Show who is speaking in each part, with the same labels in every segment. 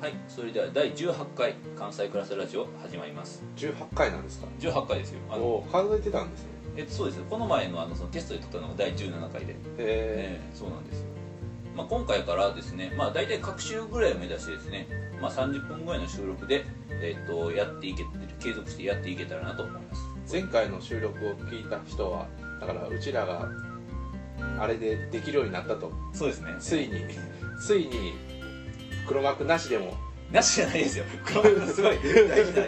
Speaker 1: はいそれでは第18回関西クラスラジオ始まります
Speaker 2: 18回なんですか
Speaker 1: 18回ですよあの
Speaker 2: おー数えてたんですね
Speaker 1: えっとそうですこの前のあのそのテストで撮ったのが第17回で、
Speaker 2: え
Speaker 1: ええそうなんですよ、まあ、今回からですねまあ大体各週ぐらいを目指してですね、まあ、30分ぐらいの収録で、えっとやっていけ継続してやっていけたらなと思います
Speaker 2: ー前回の収録を聞いた人はだからうちらがあれでできるようになったと
Speaker 1: そうですね
Speaker 2: ついについに黒幕なしでも
Speaker 1: なしじゃないですよ黒幕のすごい大事な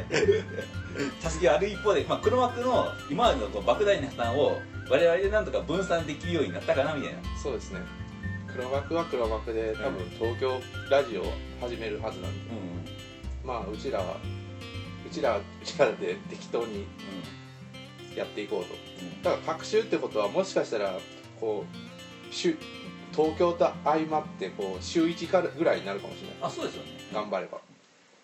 Speaker 1: 助けある一方で、まあ、黒幕の今までのこう莫大な負担を我々でなんとか分散できるようになったかなみたいな
Speaker 2: そうですね黒幕は黒幕で多分東京ラジオを始めるはずなんで
Speaker 1: うんうん、うん、
Speaker 2: まあうちらはうちらはうちらで適当にやっていこうとだから隔週ってことはもしかしたらこう週東京と相まってこう週1からぐらいになるかもしれない
Speaker 1: あそうですよね
Speaker 2: 頑張れば、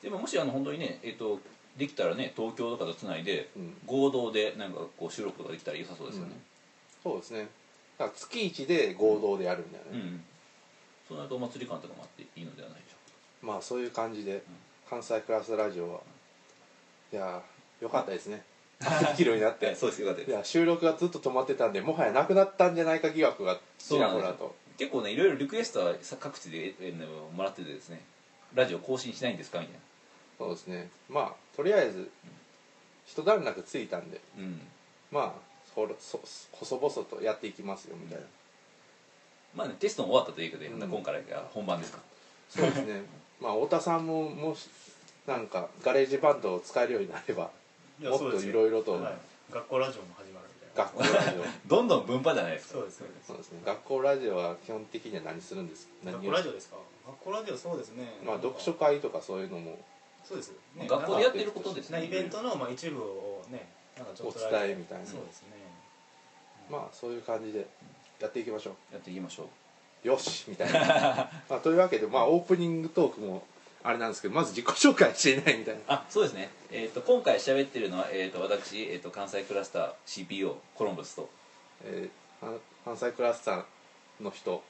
Speaker 1: でももしあの本当にねえっ、とできたらね東京とかとつないで
Speaker 2: うん、
Speaker 1: 合同でなんかこう収録とかできたら良さそうですよね
Speaker 2: そうですねだから月1で合同でやるみたい
Speaker 1: うん、
Speaker 2: な、
Speaker 1: そうなるとお祭り感とかもあっていいのではないでしょ
Speaker 2: まあそういう感じで関西クラスラジオはいやーよかったです ねできるようになっ
Speaker 1: うか
Speaker 2: て
Speaker 1: そうですよかった
Speaker 2: い
Speaker 1: です
Speaker 2: や収録がずっと止まってたんでもはやなくなったんじゃないか疑惑がちらほらと
Speaker 1: 結構ねいろいろリクエストはさ各地でえーもらっててですねラジオ更新しないんですかみたいな
Speaker 2: そうですねまあとりあえず一段落ついたんで
Speaker 1: うん
Speaker 2: まあそろそ細々とやっていきますよみたいな、
Speaker 1: まあねテストも終わったということで、
Speaker 2: うん
Speaker 1: 今回が本番ですか
Speaker 2: そうです ねまあ太田さんももしなんかガレージバンドを使えるようになれば
Speaker 3: いや
Speaker 2: もっ
Speaker 3: そう
Speaker 2: と
Speaker 3: です
Speaker 2: い
Speaker 3: よ
Speaker 2: ろいろと
Speaker 3: はい学校ラジオも始まるみたいな
Speaker 2: 学 校ラジオ
Speaker 1: どんどん分派じゃないですか
Speaker 3: そうですそうです
Speaker 2: そうですね学校ラジオは基本的には何するんです何
Speaker 3: 学校ラジオですか学校ラジオそうですね
Speaker 2: まあ
Speaker 3: なんか
Speaker 2: 読書会とかそういうのも
Speaker 3: そうです、ね、
Speaker 1: 学校でやってることです
Speaker 3: な
Speaker 1: ね
Speaker 3: んかイベントのまあ一部をねなんかちょっと
Speaker 2: お伝えみたいな
Speaker 3: そうですね
Speaker 2: まあそういう感じでやっていきましょ
Speaker 1: やっていきましょう
Speaker 2: うよしみたいな、 まあ、というわけでまあオープニングトークもあれなんですけどまず自己紹介していないみたいな
Speaker 1: あそうですね、えー、と今回喋ってるのは、えー、と私、えー、と関西クラスター CPO コロンブスと
Speaker 2: えー、はん関西クラスターの 人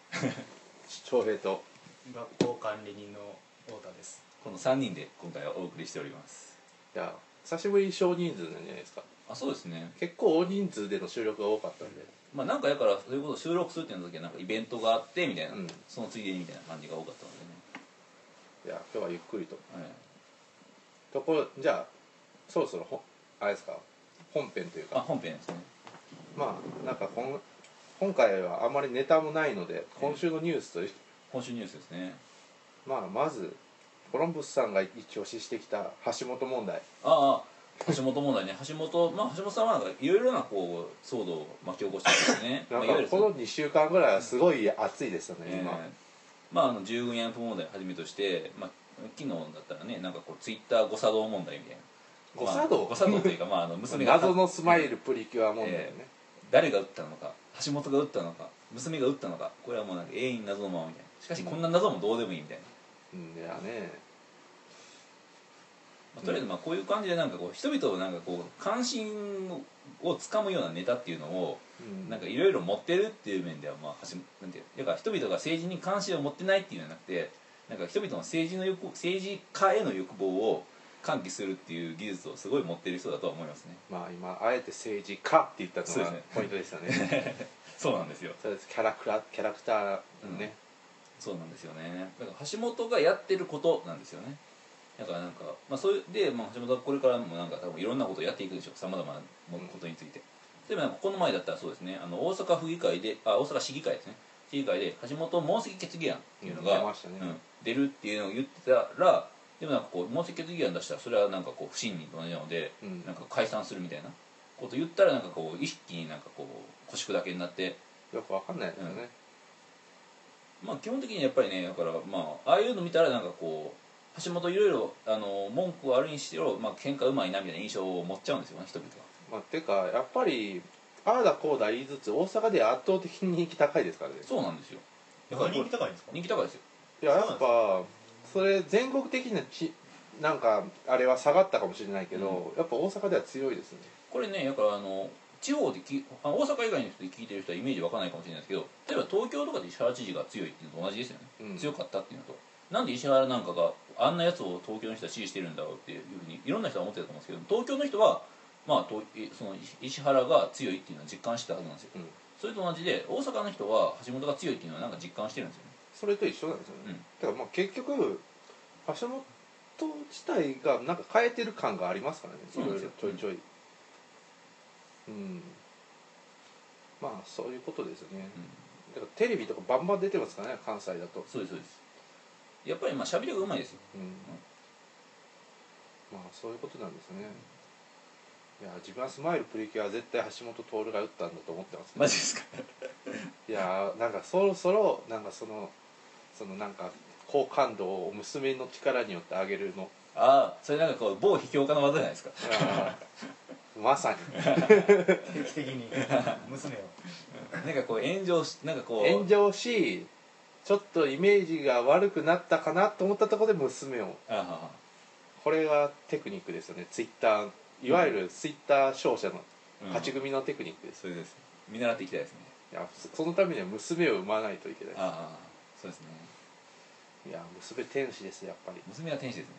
Speaker 2: 翔平と
Speaker 3: 学校管理人の太田です
Speaker 1: この3人で今回はお送りしております
Speaker 2: いや久しぶりに少人数なんじゃないですか
Speaker 1: あそうですね
Speaker 2: 結構大人数での収録が多かったんで
Speaker 1: まあなんかやからそういうことを収録するっていうの時はなんかイベントがあってみたいな、
Speaker 2: うん
Speaker 1: そのついでにみたいな感じが多かったの
Speaker 2: いや今日はゆっくりと
Speaker 1: でね、
Speaker 2: ところじゃあそろそろほあれですか本編という
Speaker 1: はい、あ
Speaker 2: か
Speaker 1: 本編ですね
Speaker 2: まあなんかこん今回はあまりネタもないので今週のニュースという、
Speaker 1: 今週ニュースですね
Speaker 2: まあまずコロンブスさんが一押ししてきた橋本問題
Speaker 1: ああ橋本問題ね橋本まあ橋本さんはなんかいろいろなこう騒動を巻き起こしてるんですね
Speaker 2: な
Speaker 1: ま
Speaker 2: ん
Speaker 1: あ、いわ
Speaker 2: か
Speaker 1: ゆる
Speaker 2: こ
Speaker 1: その
Speaker 2: の2週間ぐらいはすごい熱いですよね、
Speaker 1: えー
Speaker 2: 今、
Speaker 1: まああの従軍慰安婦問題をはじめとして、まあ、昨日だったらねなんかこうツイッター誤作動問題みたいな
Speaker 2: 誤作動
Speaker 1: まあ誤作動というか、まあ、あの娘が
Speaker 2: 謎のスマイルプリキュア問題ね、
Speaker 1: 誰が打ったのか橋本が打ったのか娘が打ったのかこれはもうなんか永遠に謎のままみたいなしかしこんな謎もどうでもいいみたいな、
Speaker 2: うんいやね
Speaker 1: まあ、とりあえずまあこういう感じでなんかこう人々をなんかこう関心ををつかむようなネタっていうのを
Speaker 2: うん
Speaker 1: なんかいろいろ持ってるっていう面ではまあ橋本なんていうだから人々が政治に関心を持ってないっていうのではなくてなんか人々の政治の欲政治家への欲望を喚起するっていう技術をすごい持ってる人だとは思いますね
Speaker 2: まあ今あえて政治家って言った
Speaker 1: そう
Speaker 2: の
Speaker 1: です
Speaker 2: が
Speaker 1: ね
Speaker 2: ポイントでしたね
Speaker 1: そうなんですよ
Speaker 2: そうですキャラクターキャラクターのね、
Speaker 1: そうなんですよねだから橋本がやってることなんですよねだからなんか、まあ、そういうで、まあ、橋本はこれからもなんか多分いろんなことをやっていくでしょうさまざまなことについて、例えばなんかこの前だったらそうですねあの大阪府議会であ大阪市議会ですね市議会で橋本問責決議案っていうのが、
Speaker 2: 出ましたね
Speaker 1: うん出るっていうのを言ってたらでもなんかこう問責決議案出したらそれはなんかこう不信任と同じなので、
Speaker 2: うん
Speaker 1: なんか解散するみたいなこと言ったらなんかこう一気になんかこう腰砕けになって
Speaker 2: よくわかんないですよね、
Speaker 1: まあ基本的にやっぱりねだからまあああいうの見たらなんかこう橋本いろいろあの文句はあるにしろまあ喧嘩うまいなみたいな印象を持っちゃうんですよね人々は
Speaker 2: まあてかやっぱりああだこうだ言いつつ大阪で圧倒的に人気高いですからね
Speaker 1: そうなんですよ
Speaker 3: やっぱ人気高いんですか
Speaker 1: 人気高いですよ
Speaker 2: いややっぱそれ全国的なちなんかあれは下がったかもしれないけど、やっぱ大阪では強いですね
Speaker 1: これねだからあの地方できあ大阪以外の人で聞いてる人はイメージわかんないかもしれないですけど例えば東京とかで石原知事が強いっていうのと同じですよね、
Speaker 2: うん
Speaker 1: 強かったっていうのとなんで石原なんかがあんなやつを東京の人は支持してるんだろうっていうふうにいろんな人は思ってると思うんですけど東京の人は、まあ、とその石原が強いっていうのは実感してたはずなんですよ
Speaker 2: うん、
Speaker 1: それと同じで大阪の人は橋本が強いっていうのはなんか実感してるんですよね
Speaker 2: それと一緒なんですよね、
Speaker 1: うん
Speaker 2: だからまあ結局橋本自体がなんか変えてる感がありますからね
Speaker 1: そうなんですよ
Speaker 2: いろいろちょいちょいうん、まあそういうことですよね、だからテレビとかバンバン出てますからね関西だと、
Speaker 1: そうですそうですやっぱりまあ喋りがうまいですよ
Speaker 2: うんまあそういうことなんですねいや自分はスマイルプリキュアは絶対橋本徹が打ったんだと思ってますね、
Speaker 1: マジですか
Speaker 2: いやーなんかそろそろなんかそのそのなんか好感度を娘の力によって上げるの
Speaker 1: ああそれなんかこう某批評家の技じゃないですか
Speaker 2: あー まさに
Speaker 3: 定期的に娘を
Speaker 1: なんかこう炎上しなんかこう
Speaker 2: 炎上しちょっとイメージが悪くなったかなと思ったところで娘を
Speaker 1: ああはは
Speaker 2: これがテクニックですよねツイッターいわゆるツイッター勝者の
Speaker 1: うん
Speaker 2: 勝ち組のテクニックです、
Speaker 1: それです見習っていきたいですね
Speaker 2: いやそそのためには娘を産まないといけない
Speaker 1: ああそうですね
Speaker 2: いや娘天使ですやっぱり
Speaker 1: 娘は天使ですねい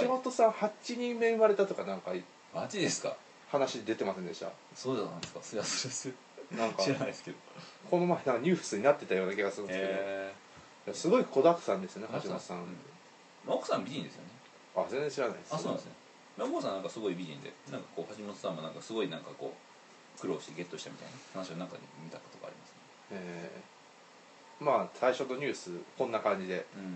Speaker 2: 橋本さん8人目生まれたとかなんか
Speaker 1: マジですか
Speaker 2: 話出てませんでした
Speaker 1: そうじゃないですかすやすやす
Speaker 2: なんか
Speaker 1: 知らないですけど
Speaker 2: この前なんかニュースになってたような気がするんですけ
Speaker 1: へ
Speaker 2: ど、すごい子だくさんですよね
Speaker 1: え
Speaker 2: 橋本さん、
Speaker 1: 奥さん美人ですよね
Speaker 2: あ全然知らないです
Speaker 1: あそうなんですね奥さんなんかすごい美人でなんかこう橋本さんもなんかすごいなんかこう苦労してゲットしたみたいな話をなんかで見たことがありますね
Speaker 2: えーまあ最初のニュースこんな感じで
Speaker 1: うん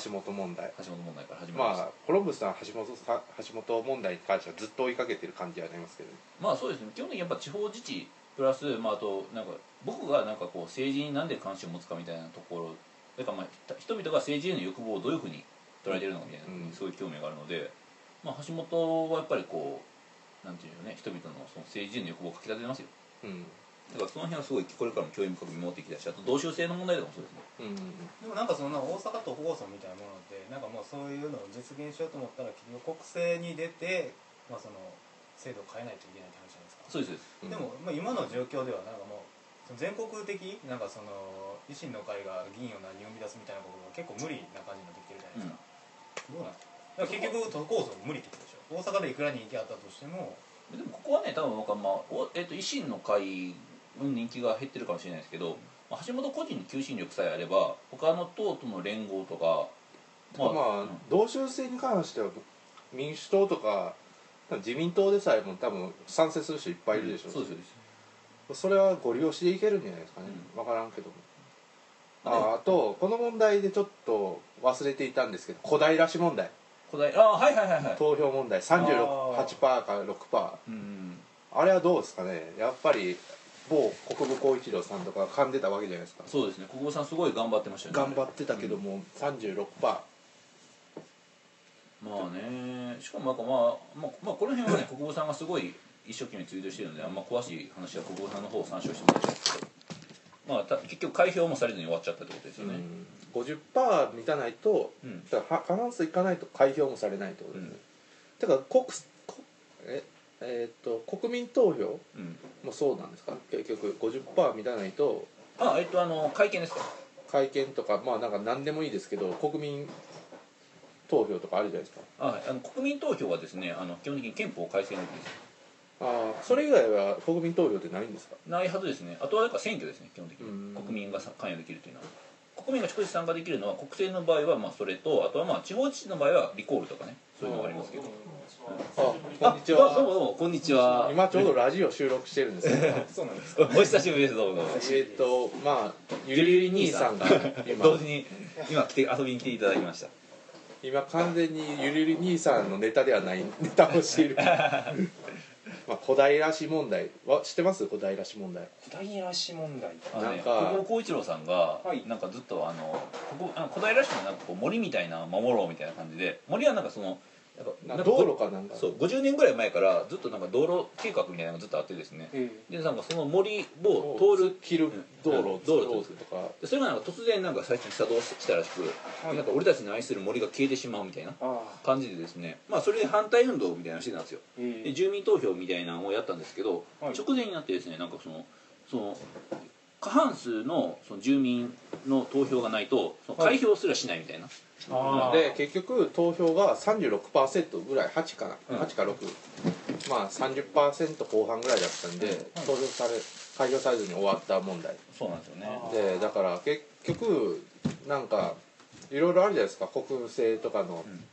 Speaker 2: 橋本問題
Speaker 1: 橋本問題から始まりました
Speaker 2: まあコロンブスさん橋本さん橋本問題に関してはずっと追いかけてる感じはありますけど、
Speaker 1: まあそうですね基本的にやっぱ地方自治プラス、まあ、あとなんか僕がなんかこう政治になんで関心を持つかみたいなところだからまあひた人々が政治への欲望をどういうふうに捉えてるのかみたいなの
Speaker 2: うん
Speaker 1: にすごい興味があるので、まあ、橋本はやっぱりこうなんていうんでしょうね人々のその政治への欲望をかき立てますよ
Speaker 2: うん
Speaker 1: だからその辺はすごいこれからも興味深く見守っていきたいしあと同州制の問題とかもそうですね
Speaker 2: うんうん
Speaker 3: でもなんかそのなんか大阪都放送みたいなものってなんかもうそういうのを実現しようと思ったら企業国政に出て、まあ、その制度を変えないといけないって話じゃないですか
Speaker 1: そうですそうです
Speaker 2: うん
Speaker 3: でも、まあ、今の状況ではなんかもうその全国的なんかその維新の会が議員を何を生み出すみたいなことが結構無理な感じになってきてるじゃないですか、どうなんですかだから結局都構想も無理ってことでしょ大阪でいくら人気あったとしても
Speaker 1: でもここはね多分僕は、まあおえっと維新の会の人気が減ってるかもしれないですけど、まあ、橋本個人の求心力さえあれば他の党との連合とかう
Speaker 2: まあ、
Speaker 1: ん
Speaker 2: 同州制に関しては民主党とか自民党でさえも多分賛成する人いっぱいいるでしょ、
Speaker 1: そうですそうです
Speaker 2: それはご利用していけるんじゃないですかね、わ分からんけどもああとこの問題でちょっと忘れていたんですけど小平市問題
Speaker 1: 小平ああはいはいはいはい
Speaker 2: 投票問題38%か6%
Speaker 1: うん
Speaker 2: あれはどうですかねやっぱり某国分光一郎さんとか噛んでたわけじゃないですか
Speaker 1: そうですね国分さんすごい頑張ってましたよね
Speaker 2: 頑張ってたけども36%
Speaker 1: まあねしかもなんかまあ、まあ、まあこの辺はね国分さんがすごい一生懸命ツイートしてるのであんま詳しい話は国分さんの方を参照してもらいたいですけどまあた結局開票もされずに終わっちゃったってことですよね、
Speaker 2: 50%満たないと、
Speaker 1: うん
Speaker 2: だからは過半数いかないと開票もされないってことですね、だから国国ええーっと国民投票
Speaker 1: うん
Speaker 2: もそうなんですか結局50%満たないと
Speaker 1: あえっとあの会見ですか
Speaker 2: 会見とかまあなんか何でもいいですけど国民投票とかあるじゃないですか
Speaker 1: あはいあの国民投票はですねあの基本的に憲法改正の時です
Speaker 2: ああそれ以外は国民投票ってないんですか
Speaker 1: ないはずですねあとはだから選挙ですね基本的
Speaker 2: うん
Speaker 1: に国民がさ関与できるというのは国民が直接参加できるのは国政の場合はまあそれとあとはまあ地方自治の場合はリコールとかねそういうのがありますけど
Speaker 2: あこんにち
Speaker 1: あどうも
Speaker 2: は
Speaker 1: どうもこんにちは
Speaker 2: 今ちょうどラジオ収録してるんですけど
Speaker 3: そうなんです
Speaker 1: お久しぶりですどうもどうも
Speaker 2: えっとまあゆりゆり兄さん が今
Speaker 1: 同時に今来て遊びに来ていただきました
Speaker 2: 今完全にゆりゆり兄さんのネタではないネタをしてい るまあ小平市問題は知ってます小平市問題
Speaker 4: 小平市問題
Speaker 1: あのね
Speaker 2: なんか
Speaker 1: 国分光一郎さんが
Speaker 4: はい
Speaker 1: なんかずっとあのここあの小平市のなんかこう森みたいなのを守ろうみたいな感じで森はなんかそのやっぱ
Speaker 2: な
Speaker 1: なんか
Speaker 2: 道路かなんか
Speaker 1: そう50年ぐらい前からずっとなんか道路計画みたいなのがずっとあってですね
Speaker 4: え
Speaker 1: でなんかその森を通る
Speaker 2: 切る道路
Speaker 1: う
Speaker 2: を
Speaker 1: ん
Speaker 2: 作
Speaker 1: 道
Speaker 2: ろ
Speaker 1: 路を
Speaker 2: う
Speaker 1: 作
Speaker 2: とか
Speaker 1: でそれがなんか突然なんか最近作動したらしく、なんか俺たちの愛する森が消えてしまうみたいな
Speaker 4: ああ
Speaker 1: 感じでですねまあそれで反対運動みたいなのをしてたんですよ
Speaker 4: え
Speaker 1: で住民投票みたいなのをやったんですけど、
Speaker 4: はい
Speaker 1: 直前になってですねなんかそのその過半数のその住民の投票がないとその開票すらしないみたいな、
Speaker 3: あー
Speaker 2: で結局投票が36%ぐらい8か
Speaker 1: う
Speaker 2: なん8か6、まあ30%後半ぐらいだったんで、投票され開票されずに終わった問題
Speaker 1: そうなんですよね
Speaker 3: あ
Speaker 2: でだから結局なんかいろいろあるじゃないですか国政とかの
Speaker 1: うん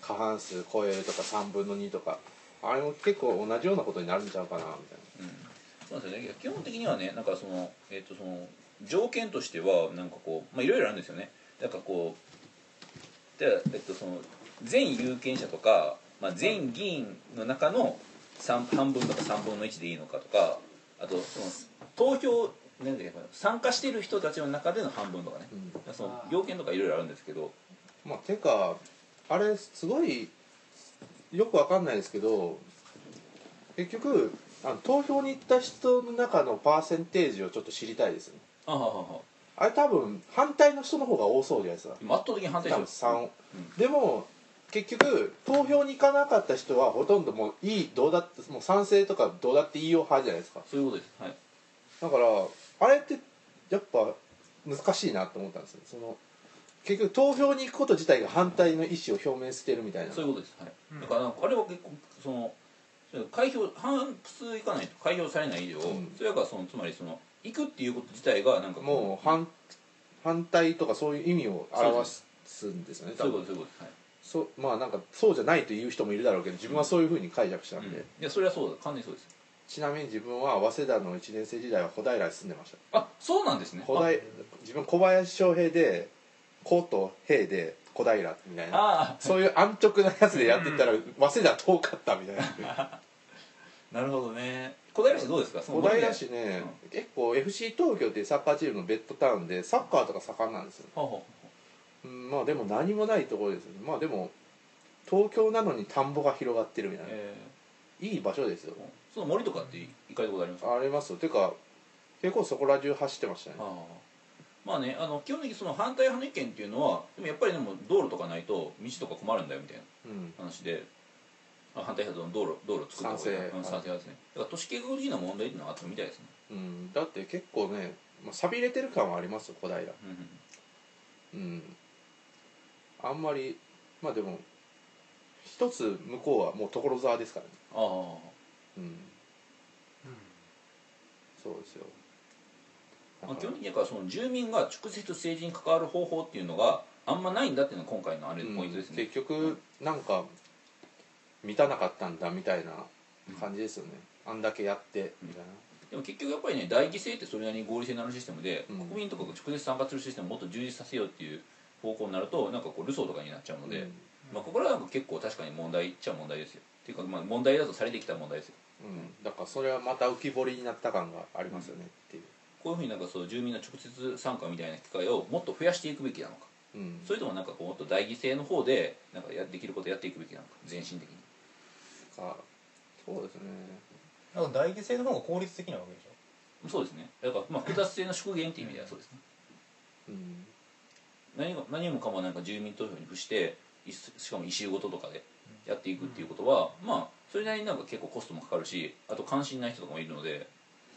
Speaker 2: 過半数超えるとか3分の2とかあれも結構同じようなことになるんちゃうかなみたい
Speaker 1: うんそうなんですよね基本的にはねなんかその,、えっとその条件としてはなんかこうまあいろいろあるんですよねなんかこうで、えっと、その全有権者とか、まあ、全議員の中の三半分とか3分の1でいいのかとかあとその投票なんだっけ参加してる人たちの中での半分とかね
Speaker 2: な、うん
Speaker 1: その要件とかいろいろあるんですけど
Speaker 2: まあてかあれすごいよくわかんないですけど結局あの投票に行った人の中のパーセンテージをちょっと知りたいですよね
Speaker 1: あははは
Speaker 2: あれ多分反対の人の方が多そうじゃないですか
Speaker 1: 圧倒的に反対
Speaker 2: 多
Speaker 1: 者
Speaker 2: 分3
Speaker 1: うん
Speaker 2: でも結局投票に行かなかった人はほとんどもういいどうだってもう賛成とかどうだっていいよ派じゃないですか
Speaker 1: そういうことですはい
Speaker 2: だからあれってやっぱ難しいなと思ったんですよその結局投票に行くこと自体が反対の意思を表明してるみたいな
Speaker 1: そういうことです、はい
Speaker 3: うん
Speaker 1: だからなんかあれは結構その開票半数いかないと開票されない以上、
Speaker 2: うん
Speaker 1: それがそのつまりその行くっていうこと自体がなんかこ
Speaker 2: もう反反対とかそういう意味を表すんですよね
Speaker 1: そう
Speaker 2: 多
Speaker 1: いうこ
Speaker 2: 分
Speaker 1: とそういうことです、はい
Speaker 2: そうまあなんかそうじゃないという人もいるだろうけど自分はそういうふうに解釈したんで、
Speaker 1: うんいやそれはそうだ完全にそうです
Speaker 2: ちなみに自分は早稲田の1年生時代は小平に住んでました
Speaker 1: あそうなんですね
Speaker 2: 小平自分小林翔平で小と平で小平みたいな
Speaker 1: ああ
Speaker 2: そういう安直なやつでやってったら早稲田遠かった みたいな
Speaker 1: なるほどね小平市どうですかその
Speaker 2: 小平市ね
Speaker 1: うん、
Speaker 2: 結構 FC 東京っていうサッカーチームのベッドタウンでサッカーとか盛んなんですよ、
Speaker 1: はあは
Speaker 2: うん、まあでも何もないところですよねまあでも東京なのに田んぼが広がってるみた
Speaker 1: あ
Speaker 2: いな、
Speaker 1: え
Speaker 2: いい場所ですよ
Speaker 1: ーその森とかって行かれたことありますか
Speaker 2: ありますよてか結構そこら中走ってましたね
Speaker 1: ああまあねあの基本的にその反対派の意見っていうのはでもやっぱりでも道路とかないと道とか困るんだよみたいな
Speaker 2: うん
Speaker 1: 話であ反対派の道路道路作った方がいい
Speaker 2: 賛成
Speaker 1: うん賛成派ですねだから都市計画的な問題っていうのはあったみたいですね、
Speaker 2: うん、だって結構ね、まあ、錆びれてる感はありますよ小平
Speaker 1: うんうん
Speaker 2: うんあんまりまあでも一つ向こうはもう所沢ですからね
Speaker 1: あ
Speaker 2: うん
Speaker 3: う
Speaker 2: そうですよ
Speaker 1: あ、まあ、基本的にだからその住民が直接政治に関わる方法っていうのがあんまないんだっていうのが今回のあれのポイントです
Speaker 2: うん
Speaker 1: ね
Speaker 2: 結、局なんか満たなかったんだみたいな感じですよね、あんだけやってみたいな
Speaker 1: でも結局やっぱりね大犠牲ってそれなりに合理性のあるシステムで、
Speaker 2: うん
Speaker 1: 国民とかが直接参加するシステムをもっと充実させようっていう方向になるとなんかこうルソーとかになっちゃうので、
Speaker 2: うん
Speaker 1: まあ、ここらなんか結構確かに問題っちゃ問題ですよっていうかまあ問題だとされてきた問題ですよ
Speaker 2: うんだからそれはまた浮き彫りになった感がありますよねっていう、
Speaker 1: こういうふうになんかそう住民の直接参加みたいな機会をもっと増やしていくべきなのか
Speaker 2: うん
Speaker 1: それともなんかこうもっと大犠牲の方でなんかやできることやっていくべきなのか全身的に
Speaker 2: かそうですね
Speaker 3: ん、なんか大犠牲の方が効率的なわけでしょ
Speaker 1: そうですねだからまあ複雑性の縮減っていう意味ではそうですね
Speaker 2: うん
Speaker 1: 何が何もかもなんか住民投票に付していししかも一周ごととかでやっていくっていうことは、まあそれなりになんか結構コストもかかるしあと関心ない人とかもいるので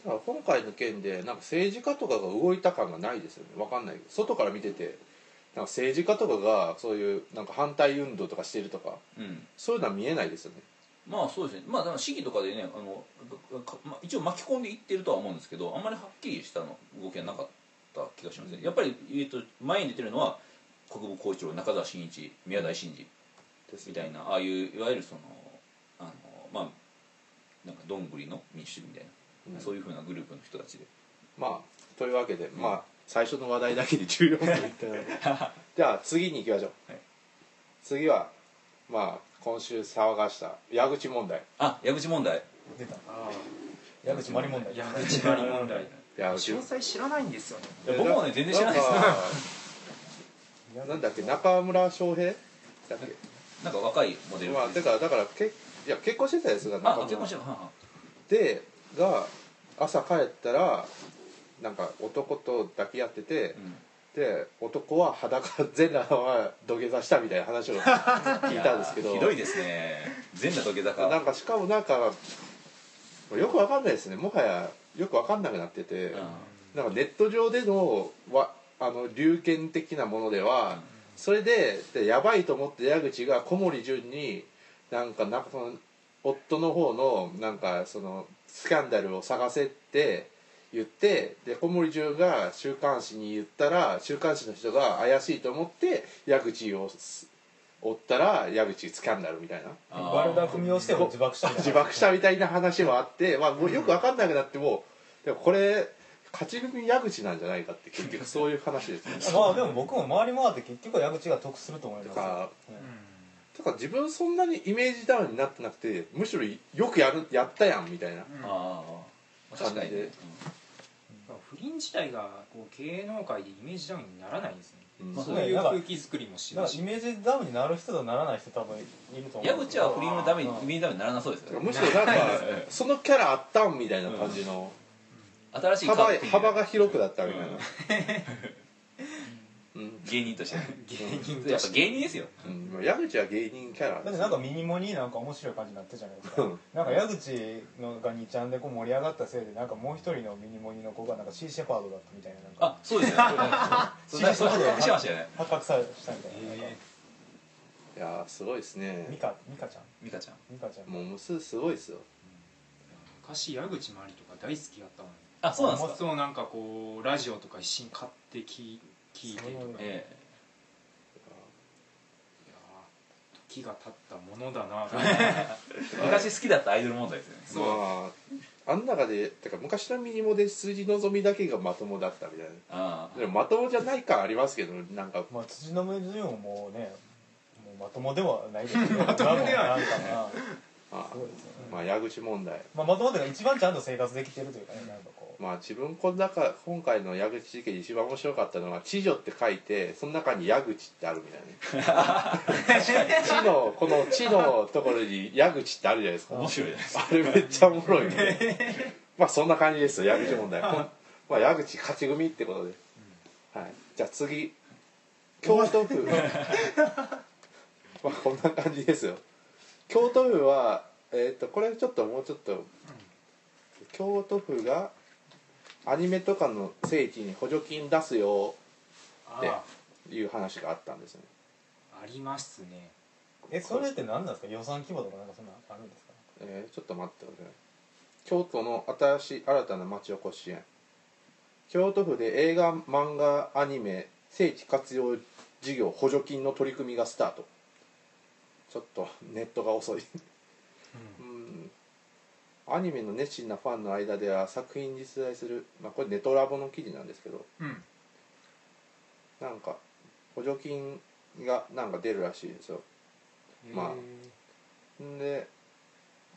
Speaker 2: だから今回の件でなんか政治家とかが動いた感がないですよねわかんないけど外から見ててなんか政治家とかがそういうなんか反対運動とかしてるとか
Speaker 1: うん
Speaker 2: そういうのは見えないですよね
Speaker 1: まあそうですねまあだから市議とかでねあのかかまあ、一応巻き込んでいってるとは思うんですけどあんまりはっきりしたの動きはなかった気がしますねやっぱり、えっと前に出てるのは国分光一郎中澤真一宮台真司
Speaker 2: です
Speaker 1: みたいなああいういわゆるそのあのまあなんかどんぐりの民主主義みたいな、
Speaker 2: うん
Speaker 1: そういうふうなグループの人たちで
Speaker 2: まあというわけで、まあ最初の話題だけで14分いったの でじゃあ次に行きましょう、
Speaker 1: はい
Speaker 2: 次はまあ今週騒がした矢口問題
Speaker 1: あ矢口問題
Speaker 3: 出た矢口まり問題
Speaker 4: 矢口まり問題
Speaker 2: 矢口
Speaker 4: 詳細知らないんですよね
Speaker 1: いや僕もね全然知らないです
Speaker 2: な
Speaker 1: な
Speaker 2: んかなんだっけ中村翔平だっ
Speaker 1: んか若いモデ
Speaker 2: け
Speaker 1: ル
Speaker 2: まあてかだからけいや結婚してたやつが
Speaker 1: あ
Speaker 2: 中
Speaker 1: 結婚し
Speaker 2: 村
Speaker 1: てるはんはん
Speaker 2: でが朝帰ったらなんか男と抱き合ってて、で男は裸 全裸は土下座したみたい な話を聞いたんですけど
Speaker 1: ひどいですね全裸時計坂
Speaker 2: なんかしかもなんかよくわかんないですねもはやよくわかんなくなってて、
Speaker 1: うん
Speaker 2: なんかネット上でのわあの龍拳的なものでは、それででやばいと思って矢口が小森純になんかなその夫の方のなんかそのスキャンダルを探せって言ってで小森純が週刊誌に言ったら週刊誌の人が怪しいと思って矢口をす追ったら矢口スキャンダルみたいな
Speaker 1: あー
Speaker 3: 悪巧みをしても自爆したみたいな
Speaker 2: 自爆したみたいな話もあって、まあ、もうよく分かんなくなってもでもこれ勝ち組矢口なんじゃないかって結局そういう話ですね。
Speaker 3: まあでも僕も回り回って結局は矢口が得すると思い
Speaker 2: と
Speaker 3: ます
Speaker 2: か
Speaker 3: うん
Speaker 2: だから自分そんなにイメージダウンになってなくてむしろよくやるやったやんみたいな
Speaker 1: あーあー確かにね、
Speaker 2: 感
Speaker 4: 不倫自体がこう芸能界でイメージダウンにならないですね、
Speaker 2: うん
Speaker 4: そういう空気作りもし
Speaker 3: だ
Speaker 4: な
Speaker 3: か
Speaker 4: い
Speaker 3: ら
Speaker 4: し
Speaker 3: イメージダウンになる人とならない人多分いると
Speaker 1: う
Speaker 3: 思
Speaker 1: ん
Speaker 3: う
Speaker 1: 矢口は不倫のために
Speaker 3: うん
Speaker 1: 不倫のためにならなそうですよ
Speaker 2: むしろなんかそのキャラあったんみたいな感じの
Speaker 1: 新しい
Speaker 2: 幅
Speaker 1: カップル
Speaker 2: 幅が広くだったみたいなうん
Speaker 1: 芸人として
Speaker 4: 芸人
Speaker 1: や
Speaker 4: と
Speaker 1: っぱ
Speaker 4: して
Speaker 1: 芸人ですよ
Speaker 2: うんまあ矢口は芸人キャラ
Speaker 3: だ
Speaker 2: です
Speaker 3: ってなんかミニモになんか面白い感じになったじゃないですか
Speaker 2: うん
Speaker 3: なんか矢口のが2ちゃんでこう盛り上がったせいでなんかもう一人のミニモニの子がなんかシー・シェパードだったみたいななんか
Speaker 1: あそうですよねそうなんかそ れ発覚してましたよね
Speaker 3: 発覚されしたみたいななんか
Speaker 4: へ
Speaker 2: いやーすごいです
Speaker 3: ミ
Speaker 2: ね
Speaker 3: カミカちゃん
Speaker 1: 美香ちゃん
Speaker 3: ミカちゃん
Speaker 2: もう無数すごいですよ
Speaker 4: 昔矢口まりとか大好きやったもん
Speaker 1: あそうなんです
Speaker 4: も
Speaker 1: か
Speaker 4: っとなんかこうラジオとか一緒に買って聞い聞いてと
Speaker 3: そ
Speaker 4: か、
Speaker 3: うなんだ
Speaker 4: いや
Speaker 1: え
Speaker 4: ー時が経ったものだな
Speaker 1: え昔好きだったアイドル問題ですよね
Speaker 4: そう
Speaker 2: まああん中でてか昔のミニモで数字のぞみだけがまともだったみたいな
Speaker 1: ああ
Speaker 2: でもまともじゃない感ありますけどなんか
Speaker 3: まあ辻の目順ももうねもうまともではないですけどま
Speaker 4: ともで
Speaker 3: な
Speaker 4: は
Speaker 3: んかな
Speaker 2: あ
Speaker 3: そうですよね
Speaker 2: まあ矢口問題
Speaker 3: まあまともでが一番ちゃんと生活できてるというかねなんかこう
Speaker 2: まあ自分この中今回の矢口事件で一番面白かったのは「知女」って書いてその中に「矢口」ってあるみ たいなね知のこの「知」のところに「矢口」ってあるじゃないですか
Speaker 1: 面白いじゃないですか
Speaker 2: あれめっちゃおもろいねまあそんな感じですよ矢口問題こんまあ矢口勝ち組ってことで、はい、じゃあ次京都府まあこんな感じですよ京都府はえっ、とこれちょっともうちょっと京都府がアニメとかの聖地に補助金出すよ
Speaker 4: あ
Speaker 2: でいう話があったんですね
Speaker 4: あありますね
Speaker 3: えそれって何なんですか予算規模とかなんかそんなのあるんですか
Speaker 2: えーちょっと待ってください京都の新しい新たな町おこし支援京都府で映画漫画アニメ聖地活用事業補助金の取り組みがスタートちょっとネットが遅いうんアニメの熱心なファンの間では作品に出題する、まあ、これネトラボの記事なんですけど
Speaker 4: うん、
Speaker 2: なんか補助金がなんか出るらしいですよまあ
Speaker 4: へ
Speaker 2: で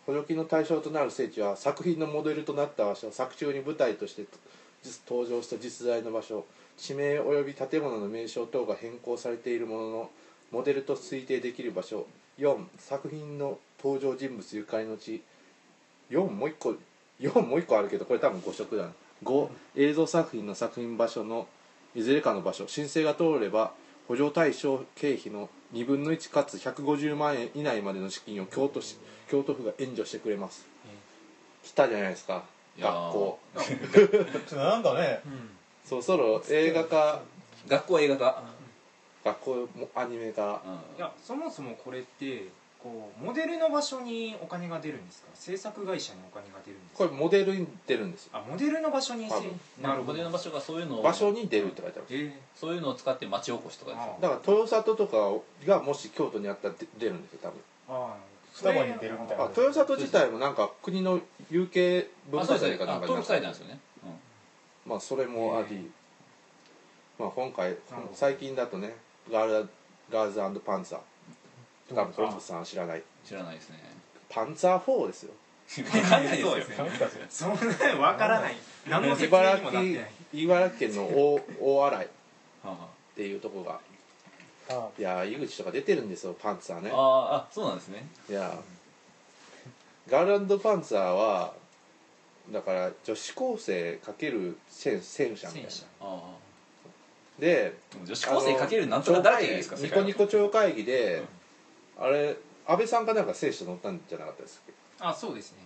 Speaker 2: 補助金の対象となる聖地は作品のモデルとなった場所作中に舞台として実登場した実在の場所地名及び建物の名称等が変更されているもののモデルと推定できる場所4作品の登場人物ゆかりの地4もう1個4もう1個あるけどこれ多分5色だな5映像作品の作品場所のいずれかの場所申請が通れば補助対象経費の2分の1かつ150万円以内までの資金を京都市京都府が援助してくれます来たじゃないですか
Speaker 1: い
Speaker 2: 学
Speaker 1: やー
Speaker 2: 校
Speaker 3: ちょっとなんかね
Speaker 4: えうん
Speaker 2: そろそろ映画化
Speaker 1: 学校映画化
Speaker 2: 学校もアニメ化
Speaker 1: うん
Speaker 4: いやそもそもこれってこうモデルの場所にお金が出るんですか制作会社にお金が出るんです
Speaker 2: こ
Speaker 4: か
Speaker 2: れモデルに出るんですよ
Speaker 4: あモデルの場所にせ
Speaker 2: 多分
Speaker 1: なるほど
Speaker 4: へ
Speaker 1: の場所がそういうのを
Speaker 2: 場所に出るって書いてある
Speaker 4: え
Speaker 1: そういうのを使って町おこしとかですよ
Speaker 2: だから豊里とかがもし京都にあったら出出るんですよ多分
Speaker 4: ああ
Speaker 3: 双葉に出るみたいな
Speaker 2: あ豊里自体もなんか国の有形文
Speaker 1: あそう
Speaker 2: 化
Speaker 1: ですね
Speaker 2: 財か
Speaker 1: あ
Speaker 2: なんか
Speaker 1: 登録されたん
Speaker 2: な
Speaker 1: ですよね
Speaker 2: まあそれもあ
Speaker 4: へえ
Speaker 2: り、まあ、今回
Speaker 4: ほど
Speaker 2: 最近だとねガールガールズパンツァー多分堀本さんは知らない
Speaker 1: うん知らないですね
Speaker 2: パンツァー4ですよ
Speaker 1: わかんないですよ
Speaker 4: そうですね
Speaker 3: なんかそれ
Speaker 4: そんなわからない何の説明
Speaker 2: 茨
Speaker 4: にもなって
Speaker 2: 城
Speaker 4: ない
Speaker 2: 茨城県の大大洗っ
Speaker 1: はあは
Speaker 2: ていうとこが
Speaker 3: あ
Speaker 2: いやー井口とか出てるんですよパンツァーね
Speaker 1: ああーあそうなんですね
Speaker 2: いやガールパンツァーはだから女子高生かける戦戦車みたいな
Speaker 4: 戦車
Speaker 1: ああ
Speaker 2: で
Speaker 1: でも女子高生かけるなんとかだらけじゃないですか
Speaker 2: ニコニ
Speaker 1: コ
Speaker 2: コ超会議で、あれ安倍さんかなんか聖書乗ったんじゃなかったですっ
Speaker 4: あそうですね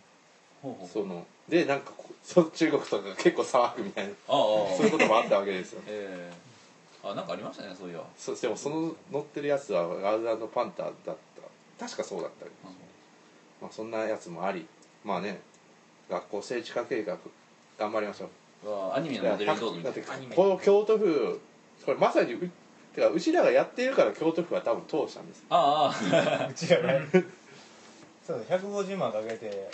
Speaker 1: ほう
Speaker 2: け
Speaker 1: ほう
Speaker 2: そのでなんかこそ中国とかが結構騒ぐみたいな
Speaker 1: ああああ
Speaker 2: そういうこともあったわけですよ
Speaker 1: えあなんかありましたねそういや
Speaker 2: そうでもその乗ってるやつはガールパンターだった確かそうだったり、まあ、そんなやつもありまあね学校政治化計画頑張りましょう
Speaker 1: うわアニメの
Speaker 2: だ
Speaker 1: モ
Speaker 2: って
Speaker 1: デルにどうぞみたいな
Speaker 4: アニメ
Speaker 2: この京都府これまさにうてかうちらがやっているから京都府は多分通したんです
Speaker 1: ああああ
Speaker 3: うちらねそうだ150万かけて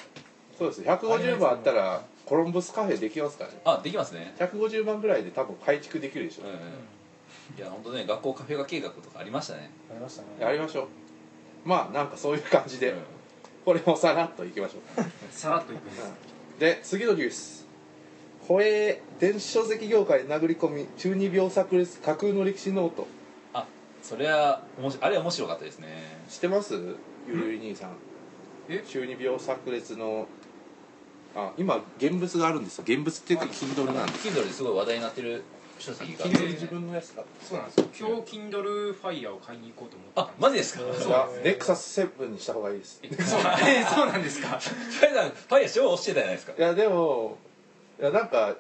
Speaker 2: そうです150万あったらコロンブスカフェできますからね
Speaker 1: あできますね
Speaker 2: 150万ぐらいで多分改築できるでし
Speaker 1: う
Speaker 2: ょ
Speaker 1: ん、うん、いや本当ね学校カフェ化計画とかありましたね
Speaker 3: ありましたね
Speaker 2: やりましょうまあなんかそういう感じで、
Speaker 1: うん
Speaker 2: これもさらっといきましょう
Speaker 4: さらっといくんです
Speaker 2: で次のニュース保栄電子書籍業界殴り込み中二病炸裂架空の歴史ノート
Speaker 1: あそれはおもしあれは面白かったですね
Speaker 2: 知ってますゆるい兄さん
Speaker 4: え
Speaker 2: 中二病炸裂のあ今現物があるんですよ現物っていうか Kindle なんです
Speaker 1: Kindle ですごい話題になってる書籍があって
Speaker 2: Kindle 自分のやつか
Speaker 4: そうなんですよ今日 Kindle Fire を買いに行こうと思って
Speaker 1: あ
Speaker 4: たん
Speaker 1: マジですか
Speaker 2: じ
Speaker 1: そ
Speaker 2: ゃあ
Speaker 1: う
Speaker 2: ネクサスセブンにした方がいいです
Speaker 4: ですそうなんえそうなんですか
Speaker 1: ファイヤーファイヤー超押してたじゃないですか
Speaker 2: いやでもいやなんか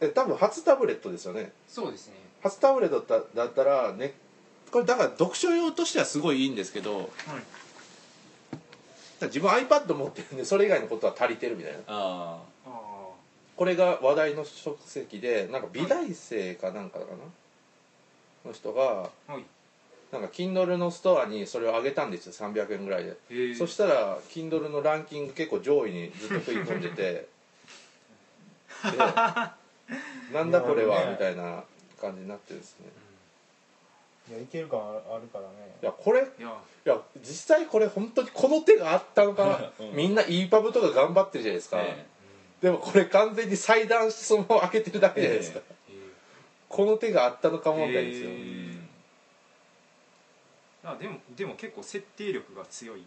Speaker 2: え多分初タブレットですよね
Speaker 4: そうですね
Speaker 2: 初タブレットだっただったらねこれだから読書用としてはすごいいいんですけど
Speaker 4: はい
Speaker 2: 自分 iPad 持ってるんでそれ以外のことは足りてるみたいな
Speaker 1: あ
Speaker 4: ああ
Speaker 2: これが話題の書籍でなんか美大生かなんかかなの人が
Speaker 4: はい、
Speaker 2: なんか Kindle のストアにそれをあげたんですよ300円ぐらいで
Speaker 4: えー、
Speaker 2: そしたら Kindle のランキング結構上位にずっと食い込んでてでなんだこれはみたいな感じになってるんですね
Speaker 3: いやいける感あるからね
Speaker 2: いやこれ
Speaker 4: いや
Speaker 2: いや実際これ本当にこの手があったのか、みんな EPUB とか頑張ってるじゃないです
Speaker 1: あ
Speaker 2: か、
Speaker 1: ね
Speaker 2: でもこれ完全に裁断してそのまま開けてるだけじゃないですか、
Speaker 4: えー
Speaker 2: この手があったのか問題ですよ、
Speaker 4: え
Speaker 1: う
Speaker 4: ー
Speaker 1: ん
Speaker 4: あでもでも結構設定力が強い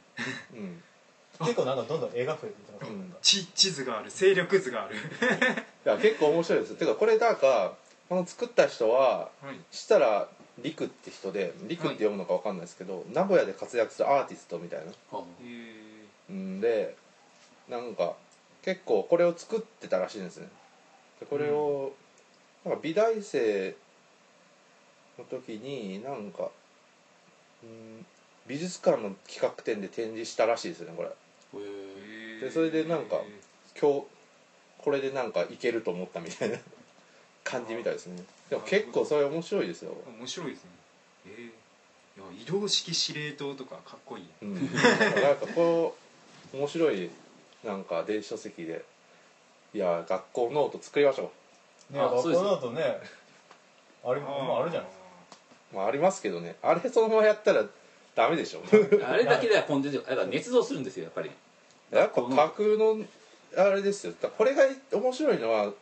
Speaker 2: うん
Speaker 3: 結構なんかどんどん絵が増えてきてなか
Speaker 2: うん
Speaker 3: っ
Speaker 4: 地地図がある勢力図がある
Speaker 2: いや結構面白いですてかこれなんかこの作った人は
Speaker 4: はい
Speaker 2: したら陸って人で陸って読むのか分かんないですけど、名古屋で活躍するアーティストみたいな
Speaker 1: は
Speaker 4: えー、
Speaker 2: んでなんか結構これを作ってたらしいんですねでこれを、なんか美大生の時になんか、うん、美術館の企画展で展示したらしいですねこれ
Speaker 4: えー
Speaker 2: でそれでなんか今日これでなんかいけると思ったみたいな感じみたいですねでも結構それ面白いですよ、
Speaker 4: 面白いですねえー、いや移動式司令塔とかかっこいい
Speaker 2: うん、なんかこう面白いなんか電子書籍でいや学校ノート作りましょ
Speaker 3: たね
Speaker 1: あ
Speaker 3: 学
Speaker 1: そ
Speaker 3: 校
Speaker 1: うです
Speaker 3: ノートねあれもあるじゃないですか
Speaker 2: う、まあ、ありますけどねあれそのままやったらダメでしょ
Speaker 1: いあれだけではコンテンツだから捏造するんですよやっぱり
Speaker 2: やっぱ架空のあれですよだからこれが面白いのは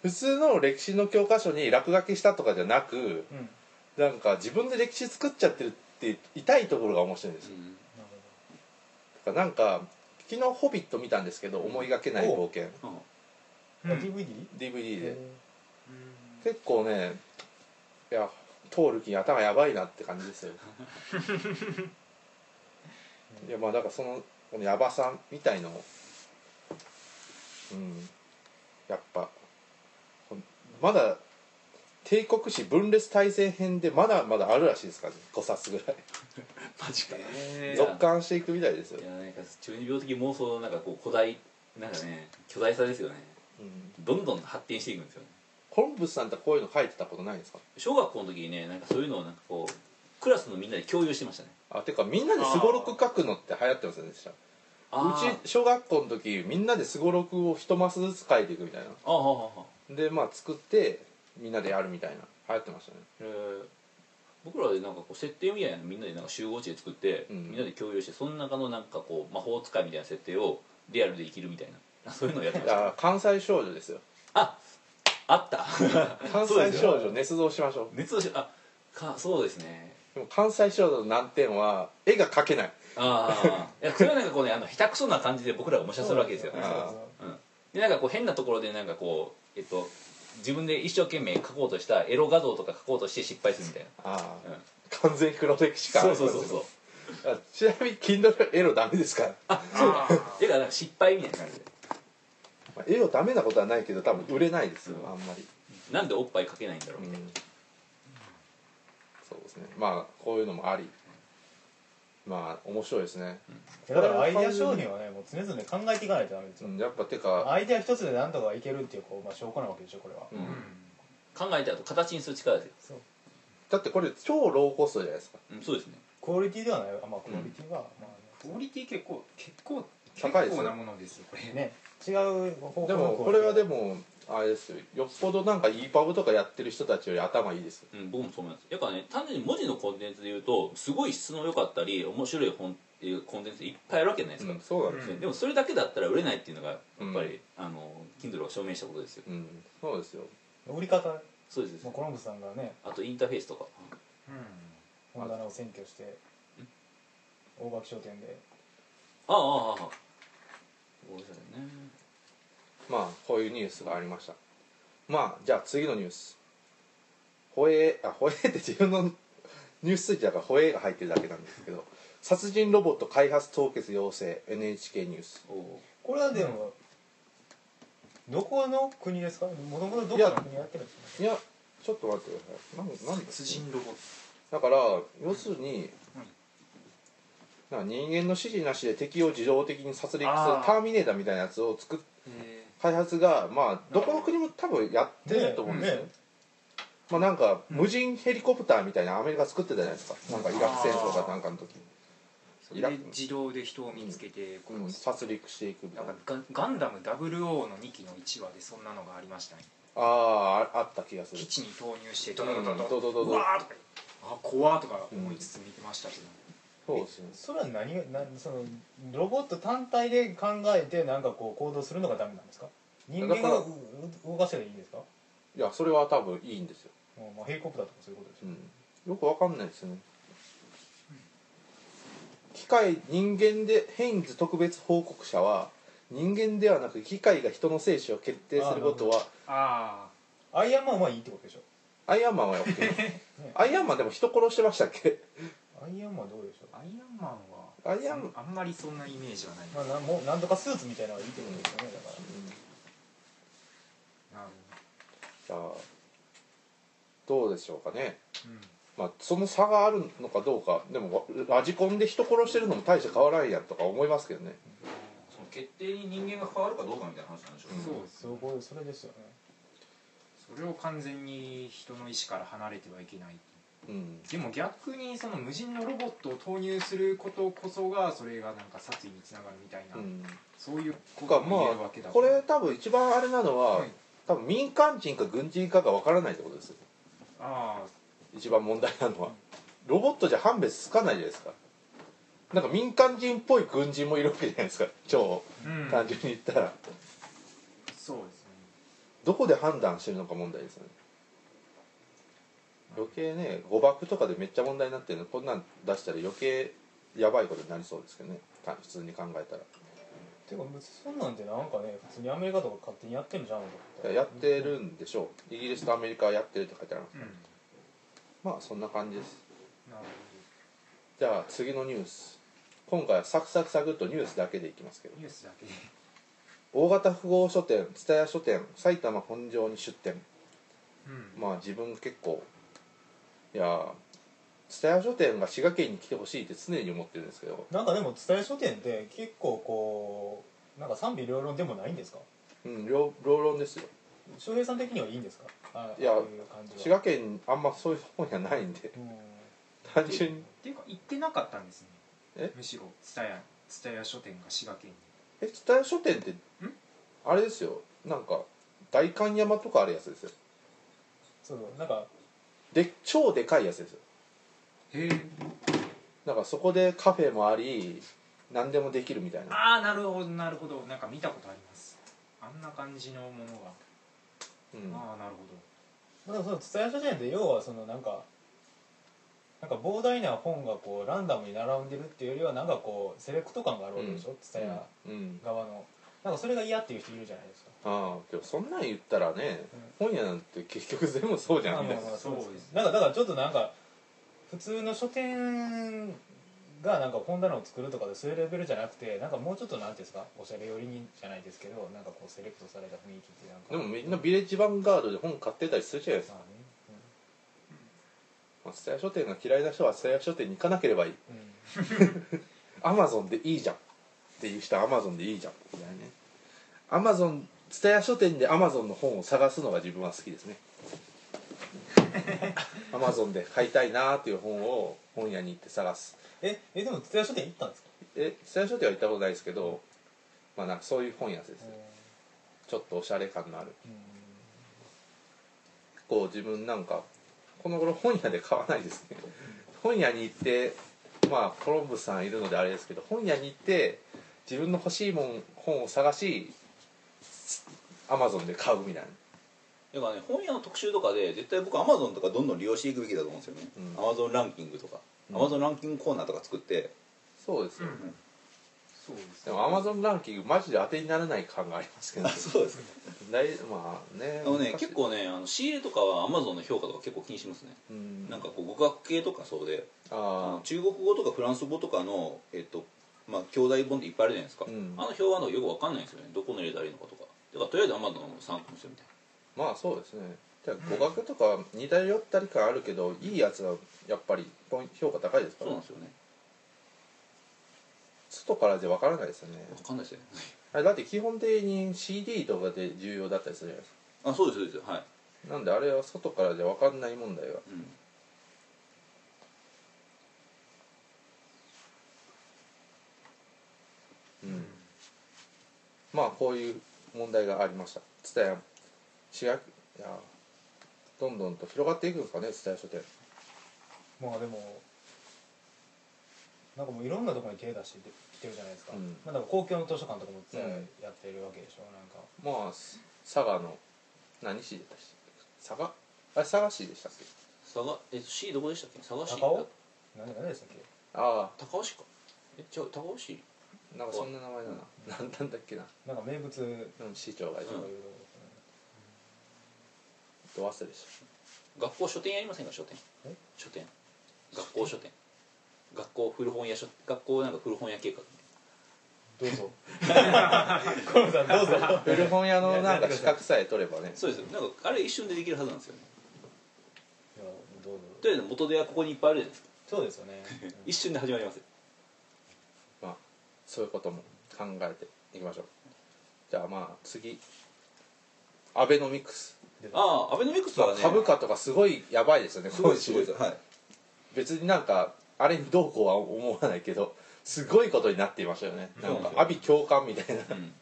Speaker 2: 普通の歴史の教科書に落書きしたとかじゃなく
Speaker 3: うんな
Speaker 2: な
Speaker 3: る
Speaker 2: んか自分で歴史作っちゃってるって痛いところが面白いんですよだからなんか昨日「ホビット」見たんですけど思いがけない冒険
Speaker 1: うん
Speaker 3: ほどあ DVD?
Speaker 2: DVD で
Speaker 3: え
Speaker 2: 結構ねいや通る気に頭やばいなって感じですよいやまあだからそのこのやばさみたいのをうんやっぱこうまだ帝国史分裂大戦編でまだまだあるらしいですからね5冊ぐらい
Speaker 1: マジかいー
Speaker 4: え
Speaker 2: 続刊していくみたいですよ、
Speaker 1: やなんか中二病的妄想のなんかこう古代なんかね巨大さですよね
Speaker 2: うん、
Speaker 1: どんどん発展していくんですよね
Speaker 2: コロンブスさんってこういうの書いてたことないんですか
Speaker 1: 小学校の時にねなんかそういうのをなんかこうクラスのみんなで共有してましたね
Speaker 2: あてかみんなですごろく書くのって流行ってますよねう
Speaker 1: あー
Speaker 2: ち小学校の時みんなですごろくを一マスずつ書いていくみたいな
Speaker 1: あああああ
Speaker 2: でまあ作ってみんなでやるみたいな流行ってましたね
Speaker 1: えー僕らでなんかこう設定みたいなのみんなでなんか集合地で作って、
Speaker 2: うん
Speaker 1: みんなで共有してその中のなんかこう魔法使いみたいな設定をリアルで生きるみたいな そういうのをやってま
Speaker 2: い
Speaker 1: した
Speaker 2: や関西少女ですよ
Speaker 1: ああった
Speaker 2: 関
Speaker 1: そうで
Speaker 2: 西
Speaker 1: す
Speaker 2: 少
Speaker 1: よ
Speaker 2: 女捏造しましょ
Speaker 1: 熱をしあかそうですね
Speaker 2: うでも関西少女の難点は絵が描けない
Speaker 1: ああいやそれはなんかこうねあの下手くそな感じで僕らを模写するわけですよ、
Speaker 2: そうですね
Speaker 1: うん、でなんかこう変なところでなんかこうえっと自分で一生懸命描こうとしたエロ画像とか描こうとして失敗するみたい
Speaker 2: ああ、
Speaker 1: うん
Speaker 2: 完全黒歴史
Speaker 1: な
Speaker 2: 感
Speaker 1: そうそうそうそう
Speaker 2: あちなみに Kindle エロダメですから、
Speaker 1: あそうだ
Speaker 4: あー
Speaker 1: 絵がなんか失敗みたいな感じで
Speaker 2: まあ、エロダメなことはないけど多分売れないですよあんまり、
Speaker 1: なんでおっぱい描けないんだろう
Speaker 2: うんそうですねまあこういうのもありまあ面白いですね、
Speaker 3: だからアイデア商品はねもう常々考えていかないとダメです
Speaker 2: う
Speaker 3: よ、
Speaker 2: ん、やっぱてか
Speaker 3: アイデア一つでなんとかいけるっていうこう、まあ、証拠なわけでしょこれは、
Speaker 2: うん
Speaker 1: 考えた後形にする力ですよ、
Speaker 3: そう
Speaker 2: だってこれ超ローコストじゃないですか
Speaker 1: うん、そうですね
Speaker 3: クオリティではないあまあクオリティは、ま
Speaker 4: クオリティ結構結構結
Speaker 2: 高いですね
Speaker 4: 構なものですよこれ
Speaker 3: あねね違う方向の
Speaker 2: でもこれはでもあれですよよっぽどなんか e パブとかやってる人たちより頭いいですよ
Speaker 1: うん、僕もそう思いますやっぱね単純に文字のコンテンツで言うとすごい質の良かったり面白い本えーコンテンツいっぱいあるわけじゃないですか、
Speaker 2: うん、そうなんですよ、
Speaker 1: でもそれだけだったら売れないっていうのがやっぱり、
Speaker 2: う
Speaker 1: あの Kindle が証明したことですよ
Speaker 2: うんそうですよ
Speaker 3: 売り方
Speaker 1: そうです
Speaker 3: もうコロンブスさんがね
Speaker 1: あとインターフェースとか
Speaker 3: 本棚を占拠して大垣商店で
Speaker 1: ああああああごめんなさいね
Speaker 2: まあこういうニュースがありましたまあじゃあ次のニュースほえあほえって自分のニュースついてたからほえが入ってるだけなんですけど殺人ロボット開発凍結要請 NHK ニュース
Speaker 1: おお
Speaker 3: これはでも、どこの国ですかもともとどこの国がやってるんですか
Speaker 2: いやちょっと待ってくださいなんなんで
Speaker 4: 殺人ロボット
Speaker 2: だから要するに、なんか人間の指示なしで敵を自動的に殺戮する
Speaker 4: あー
Speaker 2: ターミネーターみたいなやつを作っ開発がまあどこの国も多分やってると思うんですよね
Speaker 3: ね
Speaker 2: まあなんか無人ヘリコプターみたいなアメリカ作ってたじゃないですかなんかイラク戦争かなんかの時
Speaker 4: それで自動で人を見つけてこ
Speaker 2: う
Speaker 4: うん
Speaker 2: 殺戮していくみた
Speaker 4: な
Speaker 2: な
Speaker 4: いんかガガンダム00の2期の1話でそんなのがありましたね
Speaker 2: ああああった気がする
Speaker 4: 基地に投入して
Speaker 2: う
Speaker 4: ド
Speaker 2: ん
Speaker 4: ドドドド
Speaker 2: ドドドド
Speaker 4: うわーとかあ怖ーとか思いつつ見てましたけど、
Speaker 2: そうですね
Speaker 3: それは何がなそのロボット単体で考えてなんかこう行動するのがダメなんですか人間
Speaker 2: だから
Speaker 3: がうう動かせばいいんですか
Speaker 2: いやそれは多分いいんですよ、
Speaker 3: もうまあヘリコプターとかそういうことです
Speaker 2: う
Speaker 3: よ
Speaker 2: ん、よくわかんないですね機械人間でヘインズ特別報告者は人間ではなく機械が人の生死を決定することは
Speaker 4: あ
Speaker 3: アイアンマンはいいってことでしょ
Speaker 2: アイアンマンは OK アイアンマンでも人殺してましたっけ
Speaker 3: アイアンマンどうでしょ
Speaker 4: あアイアンマンは
Speaker 2: アイアンマン
Speaker 4: あんまりそんなイメージはないな
Speaker 3: う、まあ、なんもうなんとかスーツみたいなのがいいってことですよねだから
Speaker 4: なる
Speaker 2: じゃあどうでしょうかね
Speaker 4: ほどうん
Speaker 2: まあその差があるのかどうかでもラジコンで人殺してるのも大して変わらんやんとか思いますけどね
Speaker 1: その決定に人間が関わるかどうかみたいな話なんでしょうね、
Speaker 4: そうです
Speaker 3: そこそれですよね
Speaker 4: それを完全に人の意思から離れてはいけない
Speaker 2: うん
Speaker 4: でも逆にその無人のロボットを投入することこそがそれがなんか殺意につながるみたいな、
Speaker 2: うん
Speaker 4: そういうこ
Speaker 2: と
Speaker 4: と
Speaker 2: か
Speaker 4: も言える
Speaker 2: ま
Speaker 4: わ
Speaker 2: あ
Speaker 4: けだ
Speaker 2: これ多分一番あれなのは、
Speaker 4: はい
Speaker 2: 多分民間人か軍人かがわからないってことですよ
Speaker 4: ああ
Speaker 2: 一番問題なのはロボットじゃ判別つかないじゃないですかなんか民間人っぽい軍人もいるわけじゃないですか超
Speaker 4: うん
Speaker 2: 単純に言ったら、
Speaker 4: そうですね
Speaker 2: どこで判断してるのか問題ですよね余計ね誤爆とかでめっちゃ問題になってるのこんなん出したら余計やばいことになりそうですけどねた普通に考えたら
Speaker 3: ていうかそんなんてなんかね普通にアメリカとか勝手にやってるじゃんとか
Speaker 2: やってるんでしょうイギリスとアメリカはやってるって書いてある
Speaker 4: うんなる
Speaker 2: まあそんな感じです
Speaker 4: ほど
Speaker 2: じゃあ次のニュース今回はサクサクサクっとニュースだけでいきますけど
Speaker 4: ニュースだけで
Speaker 2: 大型複合書店蔦屋書店埼玉本庄に出店
Speaker 4: うん
Speaker 2: まあ自分結構いやー蔦屋書店が滋賀県に来てほしいって常に思ってるんですけど
Speaker 3: なんかでも伝え書店って結構こうなんか賛否両論でもないんですか
Speaker 2: うん両両論ですよ
Speaker 3: 翔平さん的にはいいんですかあ
Speaker 2: いや
Speaker 3: ああいう感じ
Speaker 2: 滋
Speaker 3: は
Speaker 2: 賀県あんまそういう本屋ないんで
Speaker 3: うん
Speaker 2: 単純に
Speaker 4: っていうか行ってなかったんですね
Speaker 2: え
Speaker 4: むしろ蔦屋蔦屋書店が滋賀県に
Speaker 2: え蔦屋書店ってあれですよなんか代官山とかあるやつですよ
Speaker 3: そうなんか
Speaker 2: で超でかいやつですよ
Speaker 4: へえ
Speaker 2: だからそこでカフェもあり何でもできるみたいな
Speaker 4: ああなるほどなるほどなんか見たことありますあんな感じのものが、
Speaker 2: うん
Speaker 4: ああなるほ
Speaker 3: でもその伝え書店って要はそのなんかなんか膨大な本がこうランダムに並んでるっていうよりはなんかこうセレクト感があるわけでしょ、伝え
Speaker 2: うん
Speaker 3: 側のなんかそれが嫌っていう人いるじゃないですか
Speaker 2: ああけどそんなん言ったらね、本屋なんて結局全部そうじゃんみたいな
Speaker 3: まあまあまあ
Speaker 4: そうです
Speaker 3: なんかだからちょっとなんか普通の書店がなんか本棚を作るとかでそういうレベルじゃなくてなんかもうちょっとなんていうんですかおしゃれ寄りにじゃないですけどなんかこうセレクトされた雰囲気ってなんか
Speaker 2: でもみんなビレッジヴァンガードで本買ってたりするじゃないですか
Speaker 3: まあね、
Speaker 2: まあ蔦屋書店が嫌いな人は蔦屋書店に行かなければいいアマゾンでいいじゃんっていう人はアマゾンでいいじゃんみたいなねアマゾン蔦屋書店でアマゾンの本を探すのが自分は好きです ねアマゾンで買いたいなーっていう本を本屋に行って探す
Speaker 3: ええでも蔦屋書店行ったんですか
Speaker 2: え蔦屋書店は行ったことないですけどまあなんかそういう本屋ですねちょっとおしゃれ感のある結構自分なんかこの頃本屋で買わないですね本屋に行ってまあコロンブスさんいるのであれですけど本屋に行って自分の欲しいもん本を探しアマゾンで買うみたいな
Speaker 1: だからね本屋の特集とかで絶対僕アマゾンとかどんどん利用していくべきだと思うんですよね
Speaker 2: うん
Speaker 1: アマゾンランキングとか
Speaker 2: うん
Speaker 1: アマゾンランキングコーナーとか作って
Speaker 2: そうですよ、ね
Speaker 4: そうです
Speaker 2: でもアマゾンランキングマジで当てにならない感がありますけど
Speaker 1: あそうです
Speaker 2: 大まあね
Speaker 1: あのね
Speaker 2: 昔
Speaker 1: 結構ねあの仕入れとかはアマゾンの評価とか結構気にしますね
Speaker 2: うん
Speaker 1: なんかこう語学系とかそうであ
Speaker 2: あ
Speaker 1: の中国語とかフランス語とかのえっとまあ兄弟本っていっぱいあるじゃないですか、
Speaker 2: うん
Speaker 1: あの表はのよくわかんないんですよねどこの入れたらいいのかとかだからとりあえずアマゾンの参考にしてみたいな
Speaker 2: あまあそうですねじゃあ語学とか似たり寄ったり感あるけどいいやつはやっぱりポイント評価高いですか
Speaker 1: そう
Speaker 2: ら
Speaker 1: なん
Speaker 2: ね
Speaker 1: ですよね
Speaker 2: 外からじゃ分からないですよね
Speaker 1: わかんないですよね
Speaker 2: あれだって基本的に CD とかで重要だったりするじゃないです
Speaker 1: あそうですそうですはい、
Speaker 2: かなんであれは外からじゃ分かんない問題が
Speaker 1: うん、
Speaker 2: うんまあこういう問題がありました蔦屋市役いやどんどんと広がっていくんですかね蔦屋書店
Speaker 3: まあでもなんかもういろんなところに手出してきてるじゃないですか、
Speaker 2: うん
Speaker 3: まあだから公共の図書館とかも蔦屋
Speaker 2: うん
Speaker 3: やってるわけでしょ、なんか
Speaker 2: まあす佐賀の何市でしたっけ佐賀あれ佐賀市でしたっけ
Speaker 1: 佐賀え C どこでしたっけ佐賀市
Speaker 3: 高尾何何でしたっけ
Speaker 2: あ
Speaker 1: 高尾市かえ違う高尾市
Speaker 2: あなんかそんな名前だな なんなんだっけな、
Speaker 3: なんか名物とかいうと
Speaker 2: うん、市長が一緒
Speaker 1: う
Speaker 2: に
Speaker 1: ん
Speaker 3: こ
Speaker 2: ど忘れでし
Speaker 1: 学校書店やりませんか書店
Speaker 3: え
Speaker 1: 書店学校書店学校古本屋書学校なんか古本屋計画
Speaker 3: ど うぞ河野さんどうぞ
Speaker 2: た古本屋のなんか資格さえ取ればね
Speaker 1: そうですよなんかあれ一瞬でできるはずなんですよね
Speaker 3: いやど
Speaker 1: と
Speaker 3: うぞ
Speaker 1: りあえず元手はここにいっぱいあるじゃないですか
Speaker 3: そうですよね
Speaker 1: 一瞬で始まりますよ
Speaker 2: まあそういうことも考えていきましょうじゃあまあ次アベノミクス、
Speaker 1: ああアベノミクス
Speaker 2: ま
Speaker 1: は
Speaker 2: あ
Speaker 1: ね
Speaker 2: 株価とかすごいやばいですよね
Speaker 1: すごいですすごいですはい
Speaker 2: 別になんかあれにどうこうは思わないけどすごいことになっていましたよねなんか阿鼻共感みたいな
Speaker 1: うん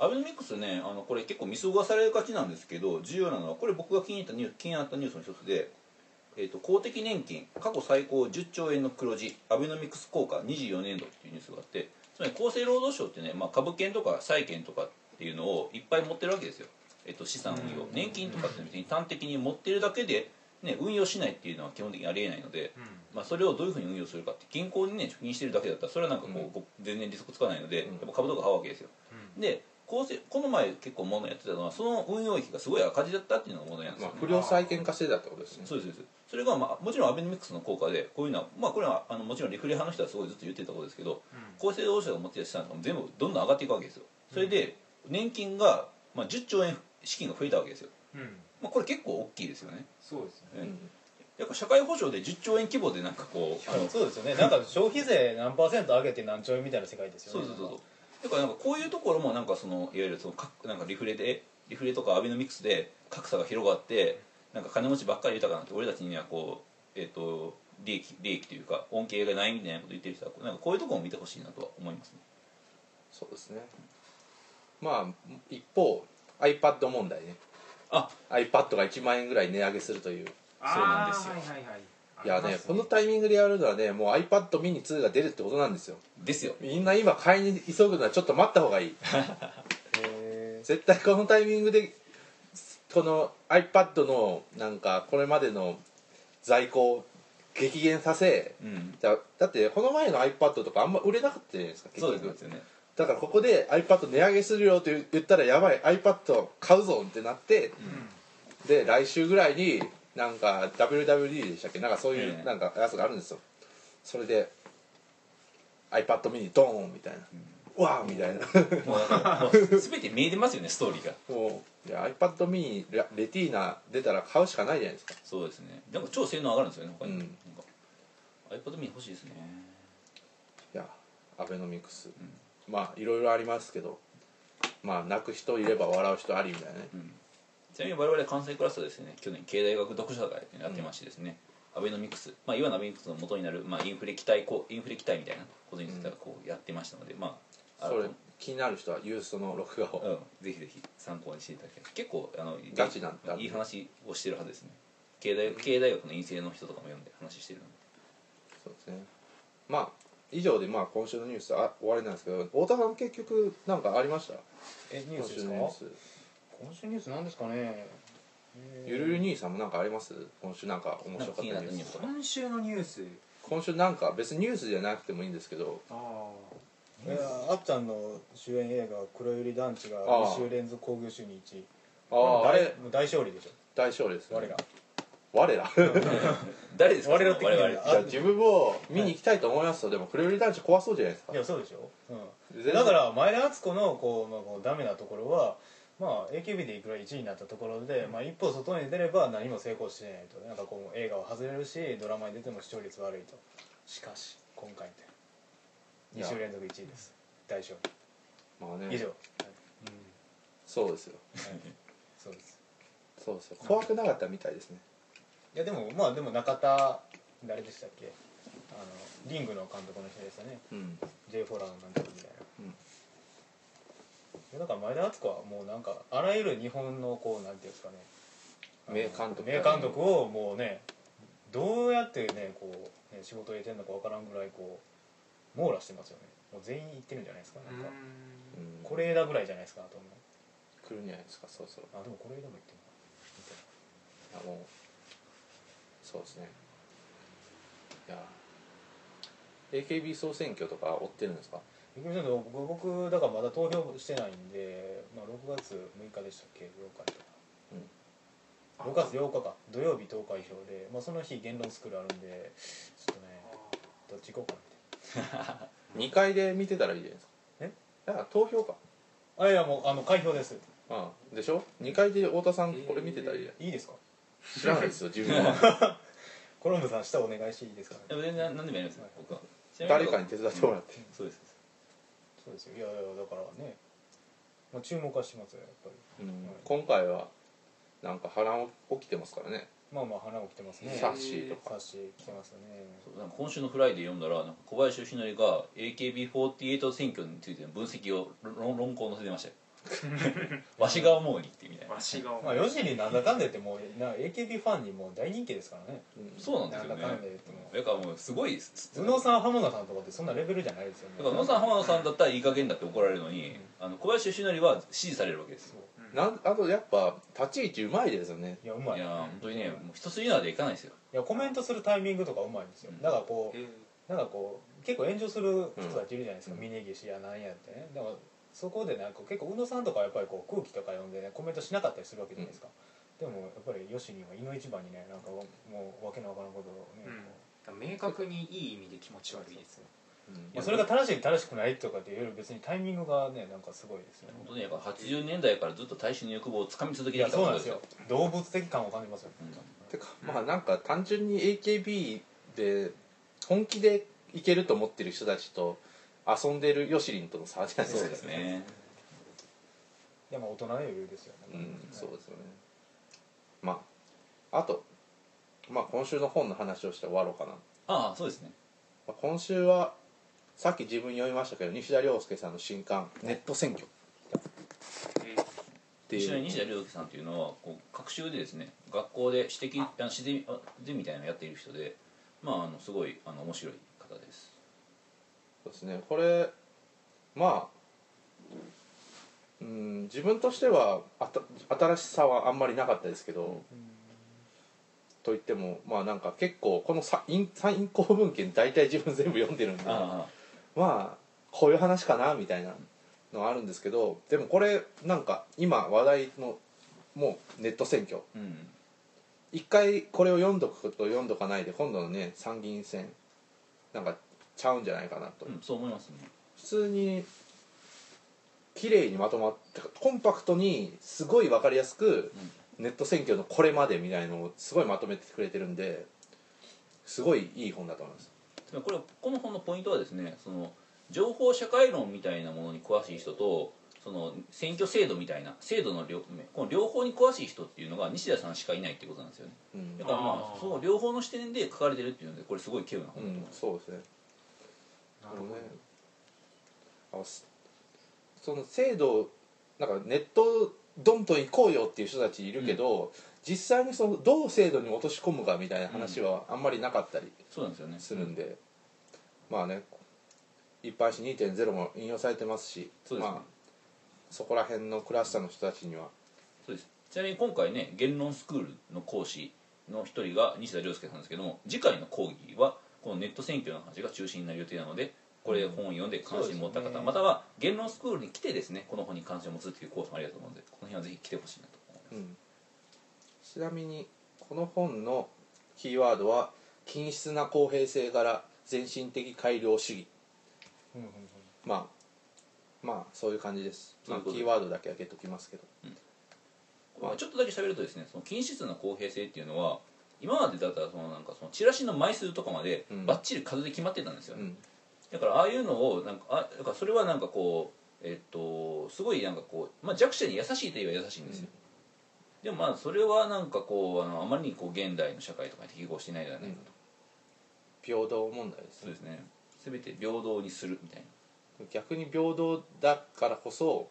Speaker 1: アベノミクスねあのこれ結構見過ごされがちなんですけど重要なのはこれ僕が気に入ったニュース気になったニュースの一つで、えー、と公的年金過去最高10兆円の黒字アベノミクス効果24年度っていうニュースがあってつまり厚生労働省ってね、まあ、株券とか債券とかっていうのをいっぱい持ってるわけですよ、えっと資産運用年金とかって別に端的に持ってるだけで、ね、運用しないっていうのは基本的にありえないので、まあ、それをどういうふうに運用するかって銀行にね貯金してるだけだったらそれはなんかこう、こう全然リスクつかないので、
Speaker 2: うん
Speaker 1: やっぱ株とか買うわけですよ、で構成この前結構問題やってたのはその運用費がすごい赤字だったっていうのが問題なんです
Speaker 2: まあ
Speaker 1: よ、ね
Speaker 2: 不良債権化してたってことですね
Speaker 1: そうですそうですそれが、まあ、もちろんアベノミクスの効果でこういうのは、まあ、これはあのもちろんリフレ派の人はすごいずっと言ってたことですけど厚生労働省が持ってた資産とかも全部どんどん上がっていくわけですよそれで年金が、まあ、10兆円資金が増えたわけですよ、まあ、これ結構大きいですよね
Speaker 4: そうですね
Speaker 1: う
Speaker 2: うんん
Speaker 1: やっぱ社会保障で10兆円規模でなんかこうあの
Speaker 3: そうですよねなんか消費税何パーセント上げて何兆円みたいな世界です
Speaker 1: そ
Speaker 3: よ
Speaker 1: う
Speaker 3: ね
Speaker 1: そうそうそうだからなんかこういうところもなんかそのいわゆるそのかなんかリフレでリフレとかアベノミクスで格差が広がってなんか金持ちばっかり豊かなんて俺たちにはこうえっ、と利益利益というか恩恵がないみたいなこと言ってる人はなんかこういうところも見てほしいなとは思いますね
Speaker 2: そうですねまあ一方 iPad 問題ね
Speaker 1: あ
Speaker 2: iPad が1万円ぐらい値上げするという
Speaker 1: そうなんですよ
Speaker 4: あーはいはいはい
Speaker 2: いや
Speaker 4: あり
Speaker 2: ね
Speaker 4: ます
Speaker 2: このタイミングでやるのはねもう iPad mini 2が出るってことなんですよ
Speaker 1: ですよ
Speaker 2: みんな今買いに急ぐのはちょっと待った方がいい
Speaker 3: へ
Speaker 2: 絶対このタイミングでこの iPad のなんかこれまでの在庫を激減させ
Speaker 1: うん
Speaker 2: だだってこの前の iPad とかあんま売れなかったじゃないですか結
Speaker 1: そう
Speaker 2: 局
Speaker 1: ですそうですよね
Speaker 2: だからここで iPad 値上げするよって言ったらやばい iPad 買うぞってなって、で来週ぐらいになんか WWD でしたっけなんかそうい
Speaker 1: ええ
Speaker 2: うなんかやつがあるんですよそれで iPad mini ドーンみたいな、うわーみたいな
Speaker 1: もうなんかもう全て見えてますよねストーリーが
Speaker 2: もうで iPad mini レレティーナ出たら買うしかないじゃないですか
Speaker 1: そうですねなんか超性能上がるんですよね他に、
Speaker 2: うん
Speaker 1: なんか iPad mini 欲しいですね
Speaker 2: いやアベノミクス、まあいろいろありますけどまあ泣く人いれば笑う人ありみたいなね、
Speaker 1: ちなみに我々関西クラスはですね去年経済学読書会っていうのやってましてですね、アベノミクス、まあ、いわゆるアベノミクスの元になる、まあ、インフレ期待こうインフレ期待みたいなことについてはこうやってましたので、まああ
Speaker 2: そ
Speaker 1: の
Speaker 2: れ気になる人はユーストの録画を、
Speaker 1: うん、ぜひぜひ参考にしていただきたい結構あの
Speaker 2: ガチなんだ
Speaker 1: いい話をしてるはずですね経済経済学の院生の人とかも読んで話してるので
Speaker 2: そうですねまあ以上でまあ今週のニュースあ終わりなんですけど太田さん結局なんかありました
Speaker 3: えニュー
Speaker 2: 今
Speaker 3: スで
Speaker 2: 週
Speaker 3: す
Speaker 2: の
Speaker 3: か
Speaker 2: ニュース
Speaker 3: 今週ニュースなんですかね
Speaker 2: ゆるゆる兄さんもなんかあります今週なんか面白かったニュ
Speaker 1: なんか気になったニュ
Speaker 2: ー
Speaker 1: ー
Speaker 2: ス
Speaker 1: スとか
Speaker 4: 今週のニュース
Speaker 2: 今週なんか別にニュースじゃなくてもいいんですけど
Speaker 4: ああ
Speaker 3: えーあっちゃんの主演映画「黒百合団地」が
Speaker 2: ああ
Speaker 3: 2週連続興行収入1位
Speaker 2: あああ
Speaker 3: 大
Speaker 2: れ
Speaker 3: もう大勝利でしょ
Speaker 2: 大勝利ですね
Speaker 3: 我ら
Speaker 2: 我ら
Speaker 1: 誰ですか
Speaker 3: 我々的には
Speaker 1: 我々
Speaker 2: いや自分も見に行きたいと思いますよでもクレヨリ団地怖そうじゃないですか
Speaker 3: いやそうでしょ、う
Speaker 2: 全
Speaker 3: ん、
Speaker 2: 然
Speaker 3: だから前田敦子のこう、まあ、こうダメなところはまあ AKB でいくら1位になったところで、まあ、一歩外に出れば何も成功してないとなんかこう映画は外れるしドラマに出ても視聴率悪いとしかし今回
Speaker 2: い
Speaker 3: で
Speaker 2: や
Speaker 3: 2週連続1位です大勝
Speaker 2: まあ
Speaker 3: 利以上、
Speaker 2: ね
Speaker 3: はい
Speaker 2: そうですよ
Speaker 3: そうです
Speaker 2: そうですよ怖くなかったみたいですね
Speaker 3: いやでもまあでも中田誰でしたっけあのリングの監督の人ですよね
Speaker 2: うん
Speaker 3: J ・フォラーのなんとかみたいな、
Speaker 2: うん
Speaker 3: いやだから前田敦子はもうなんかあらゆる日本のこうなんていうんですかねあの
Speaker 2: 名監督
Speaker 3: 名監督をもうねどうやってねこうね仕事を入れてるのかわからんぐらいこう網羅してますよねもう全員行ってるんじゃないですかなんか
Speaker 2: うん
Speaker 3: 是枝ぐらいじゃないですかあと思う
Speaker 2: 来るんじゃないですかそうそう
Speaker 3: あでも是枝も行って
Speaker 2: いや
Speaker 3: る
Speaker 2: もうそうですねいや AKB 総選挙とか追ってるんですか
Speaker 3: ゆくみさんと僕僕だからまだ投票してないんで、まあ、6月6日でしたっけ8日とか6月8日か土曜日投開票で、まあ、その日言論スクールあるんでちょっとねどっち行こうかなって
Speaker 2: 2階で見てたらいいじゃないですか
Speaker 3: え
Speaker 2: だから投票か
Speaker 3: あいやもうあの開票です
Speaker 2: ああでしょ2階で太田さんこれ見てたらいいじゃ
Speaker 3: いいですか
Speaker 2: ん知らないですよ自分 は
Speaker 3: コロンブさん下お願いしていいですかね
Speaker 1: でも全然何でもやりますよ僕は
Speaker 2: 誰かに手伝ってもらって
Speaker 1: そうです
Speaker 3: そうですよいやいやだからね、まあ、注目はしてますよやっぱり
Speaker 2: うん今回はなんか波乱起きてますからね
Speaker 3: まあまあ花を着てますね
Speaker 2: サッシーとか
Speaker 3: サッシー着てますよね
Speaker 1: そうなんか今週の「フライデー」読んだらなんか小林義則が AKB48 選挙についての分析を論論考を載せて ましたよわしが思うにってみたいな
Speaker 4: わしが思う
Speaker 3: まあ4時になんだかんだ言ってもうな AKB ファンにもう大人気ですからね
Speaker 1: そうなんですよね
Speaker 3: なんだかんだ言っても
Speaker 1: だからもうすごいです
Speaker 3: 宇野さん浜田さんとかってそんなレベルじゃないですよね
Speaker 1: だから野さん浜野さんだったらいい加減だって怒られるのに、あの小林義則は支持されるわけですよ
Speaker 2: なんあとやっぱ立ち位置うまいですよね
Speaker 3: いやうまい
Speaker 1: いやー本当にねもう一筋縄でいかないですよ
Speaker 3: いやコメントするタイミングとかうまいんですよ、
Speaker 1: うん
Speaker 3: だからこ
Speaker 4: え
Speaker 3: うなんかこう結構炎上する人たちいるじゃないですか、峯岸やなんやってねだからそこでなんか結構宇野さんとかはやっぱりこう空気とか読んでねコメントしなかったりするわけじゃないですか、でもやっぱりよしには胃の一番にねなんかもうわけのわからんことをね、
Speaker 4: うん
Speaker 3: こ
Speaker 4: 明確にいい意味で気持ち悪いですね
Speaker 3: うまあ、それが正しい正しくないとかっていうより別にタイミングがねなんかすごいですよね
Speaker 1: 本当にやっぱ80年代からずっと大衆の欲望をつかみ続
Speaker 3: い
Speaker 1: けて
Speaker 3: や
Speaker 1: きた
Speaker 3: そうなん
Speaker 1: と
Speaker 3: ですよ動物的感を感じますよ、
Speaker 1: うん
Speaker 2: てかまあなんか単純に AKB で本気でいけると思ってる人たちと遊んでるヨシリンとの差じゃないです
Speaker 1: そ
Speaker 2: か
Speaker 1: うですね
Speaker 3: いやまあ大人の余裕ですよね、
Speaker 2: うんそうですよねまああとまあ今週の本の話をして終わろうかな、
Speaker 1: ああそうですね
Speaker 2: まあ今週はさっき自分読みましたけど西田亮介さんの新刊「ネット選挙」っ
Speaker 4: え
Speaker 2: て
Speaker 1: 一緒
Speaker 2: い
Speaker 1: に
Speaker 2: う
Speaker 1: 西田亮介さんというのはこう各週でですね学校で私的あの自然あゼミみたいなのやっている人でまああのすごいあの面白い方です
Speaker 2: そうですねこれまあうん自分としてはあた新しさはあんまりなかったですけど、といってもまあなんか結構このさ印参印公文献大体自分全部読んでるんで
Speaker 1: あ
Speaker 2: まあこういう話かなみたいなのあるんですけどでもこれなんか今話題のもうネット選挙
Speaker 1: あうん
Speaker 2: 一回これを読んどくと読んどかないで今度のね参議院選なんかちゃうんじゃないかなと
Speaker 1: うんそう思いますね
Speaker 2: 普通に綺麗にまとまってコンパクトにすごい分かりやすくネット選挙のこれまでみたいのをすごいまとめてくれてるんですごいいい本だと思います
Speaker 1: うんこれこの本のポイントはですねその情報社会論みたいなものに詳しい人とその選挙制度みたいな制度の両この両方に詳しい人っていうのが西田さんしかいないっていうことなんですよね
Speaker 2: うん
Speaker 1: だからま
Speaker 3: あ
Speaker 1: あ
Speaker 3: ー
Speaker 1: その両方の視点で書かれてるっていうのでこれすごい稀有な
Speaker 2: う
Speaker 1: 本だと思い
Speaker 2: ん
Speaker 1: ます、
Speaker 2: そうですね
Speaker 4: なるほど
Speaker 2: ねあすその制度なんかネットどんと行こうよっていう人たちいるけど、実際にそのどう制度に落とし込むかみたいな話はあんまりなかったり
Speaker 1: そうなんですよね
Speaker 2: するんで、まあね一般紙2.0も引用されてますし
Speaker 1: そうですね
Speaker 2: まあ、そこら辺のクラスターの人たちには
Speaker 1: そうですちなみに今回ね言論スクールの講師の一人が西田亮介さんですけども次回の講義はこのネット選挙の話が中心になる予定なのでこれ本を読んで関心を持った
Speaker 3: そうで
Speaker 1: 方、
Speaker 3: すね
Speaker 1: または言論スクールに来てですねこの本に関心を持つっていうコースもありだと思うのでこの辺はぜひ来てほしいなと思います、
Speaker 2: うんちなみにこの本のキーワードは「均質な公平性から全身的改良主義
Speaker 3: うんうんうん」
Speaker 2: まあまあそういう感じです、まあ、
Speaker 1: そう
Speaker 2: キ
Speaker 1: いうことです
Speaker 2: ーワードだけ開けときますけど
Speaker 1: まあちょっとだけ喋るとですねその均質な公平性っていうのは今までだったらそのなんかそのチラシの枚数とかまで
Speaker 2: うん
Speaker 1: バッチリ数で決まってたんですよね、
Speaker 2: うん
Speaker 1: だからああいうのをなんかあだからそれはなんかこうえっとすごいなんかこう、まあ、弱者に優しいといえば優しいんですよ、でもまあそれはなんかこうあのあまりにこう現代の社会とかに適合してないじゃないかと、
Speaker 2: うん平等問題です
Speaker 1: そうですね全て平等にするみたい
Speaker 2: 逆に平等だからこそ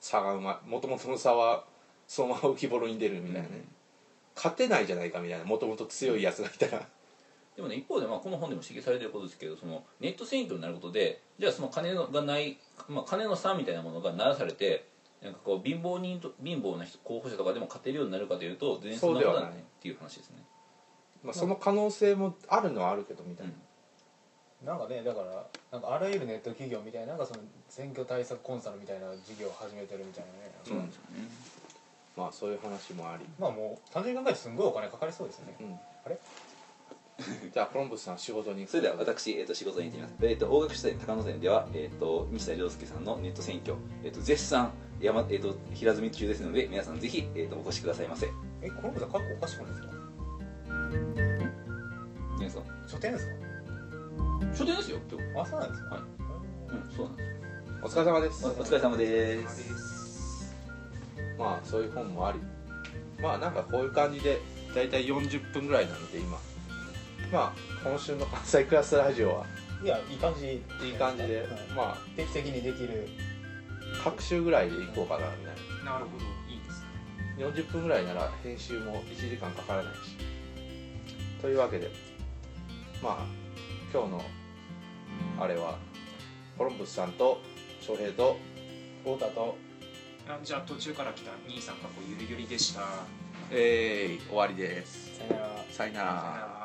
Speaker 2: 差が生まもともとの差はそのまま浮き彫りに出るみたいなね、
Speaker 1: うん
Speaker 2: 勝てないじゃないかみたいなもともと強いやつがいたら
Speaker 1: なでもね一方でまあこの本でも指摘されてることですけどそのネット選挙になることでじゃあその金のがない、まあ、金の差みたいなものがならされてなんかこう貧乏人と貧乏な人候補者とかでも勝てるようになるかというと全然そんなことはないっていう話ですね
Speaker 2: まあその可能性もあるのはあるけどみたいな、
Speaker 3: なんかねだからなんかあらゆるネット企業みたいななんかその選挙対策コンサルみたいな事業を始めてるみたいなね
Speaker 1: そうなんですよね、
Speaker 2: まあそういう話もあり、
Speaker 3: まあもう単純に考えてすんごいお金かかりそうですよね
Speaker 2: うん、
Speaker 3: あれ
Speaker 2: じゃあコロンブスさん仕事に行く
Speaker 5: それでは私、えー、と仕事に行ってみます、えー、と大学主催高野店では、えー、と西田亮介さんのネット選挙、えー、と絶賛山、えー、と平積み中ですので皆さんぜひ、えー、とお越しくださいませ
Speaker 3: えこの子さん過去おかしくないですか
Speaker 5: 皆さん
Speaker 3: 書店です
Speaker 1: 書店ですよ今日
Speaker 3: かあそうなんですか、
Speaker 1: はいうんそうなんです
Speaker 2: お疲れ様です
Speaker 5: おお疲れ様です
Speaker 2: まあそういう本もありまあなんかこういう感じでだいたい40分ぐらいなので今まあ今週の関西クラスラジオはい
Speaker 3: やいい感じい
Speaker 2: いい感じでまあ
Speaker 3: 定期的にできる
Speaker 2: 各週ぐらいで行こうかなみたい
Speaker 4: なるほどいいですね
Speaker 2: な40分ぐらいなら編集も1時間かからないしというわけでまあ今日のあれはコロンブスさんと翔平と
Speaker 3: 太田と
Speaker 4: あじゃあ途中から来た兄さんかっこゆるゆりでした
Speaker 2: えーい、終わりです
Speaker 3: さよなら
Speaker 2: さよなら
Speaker 4: さよなら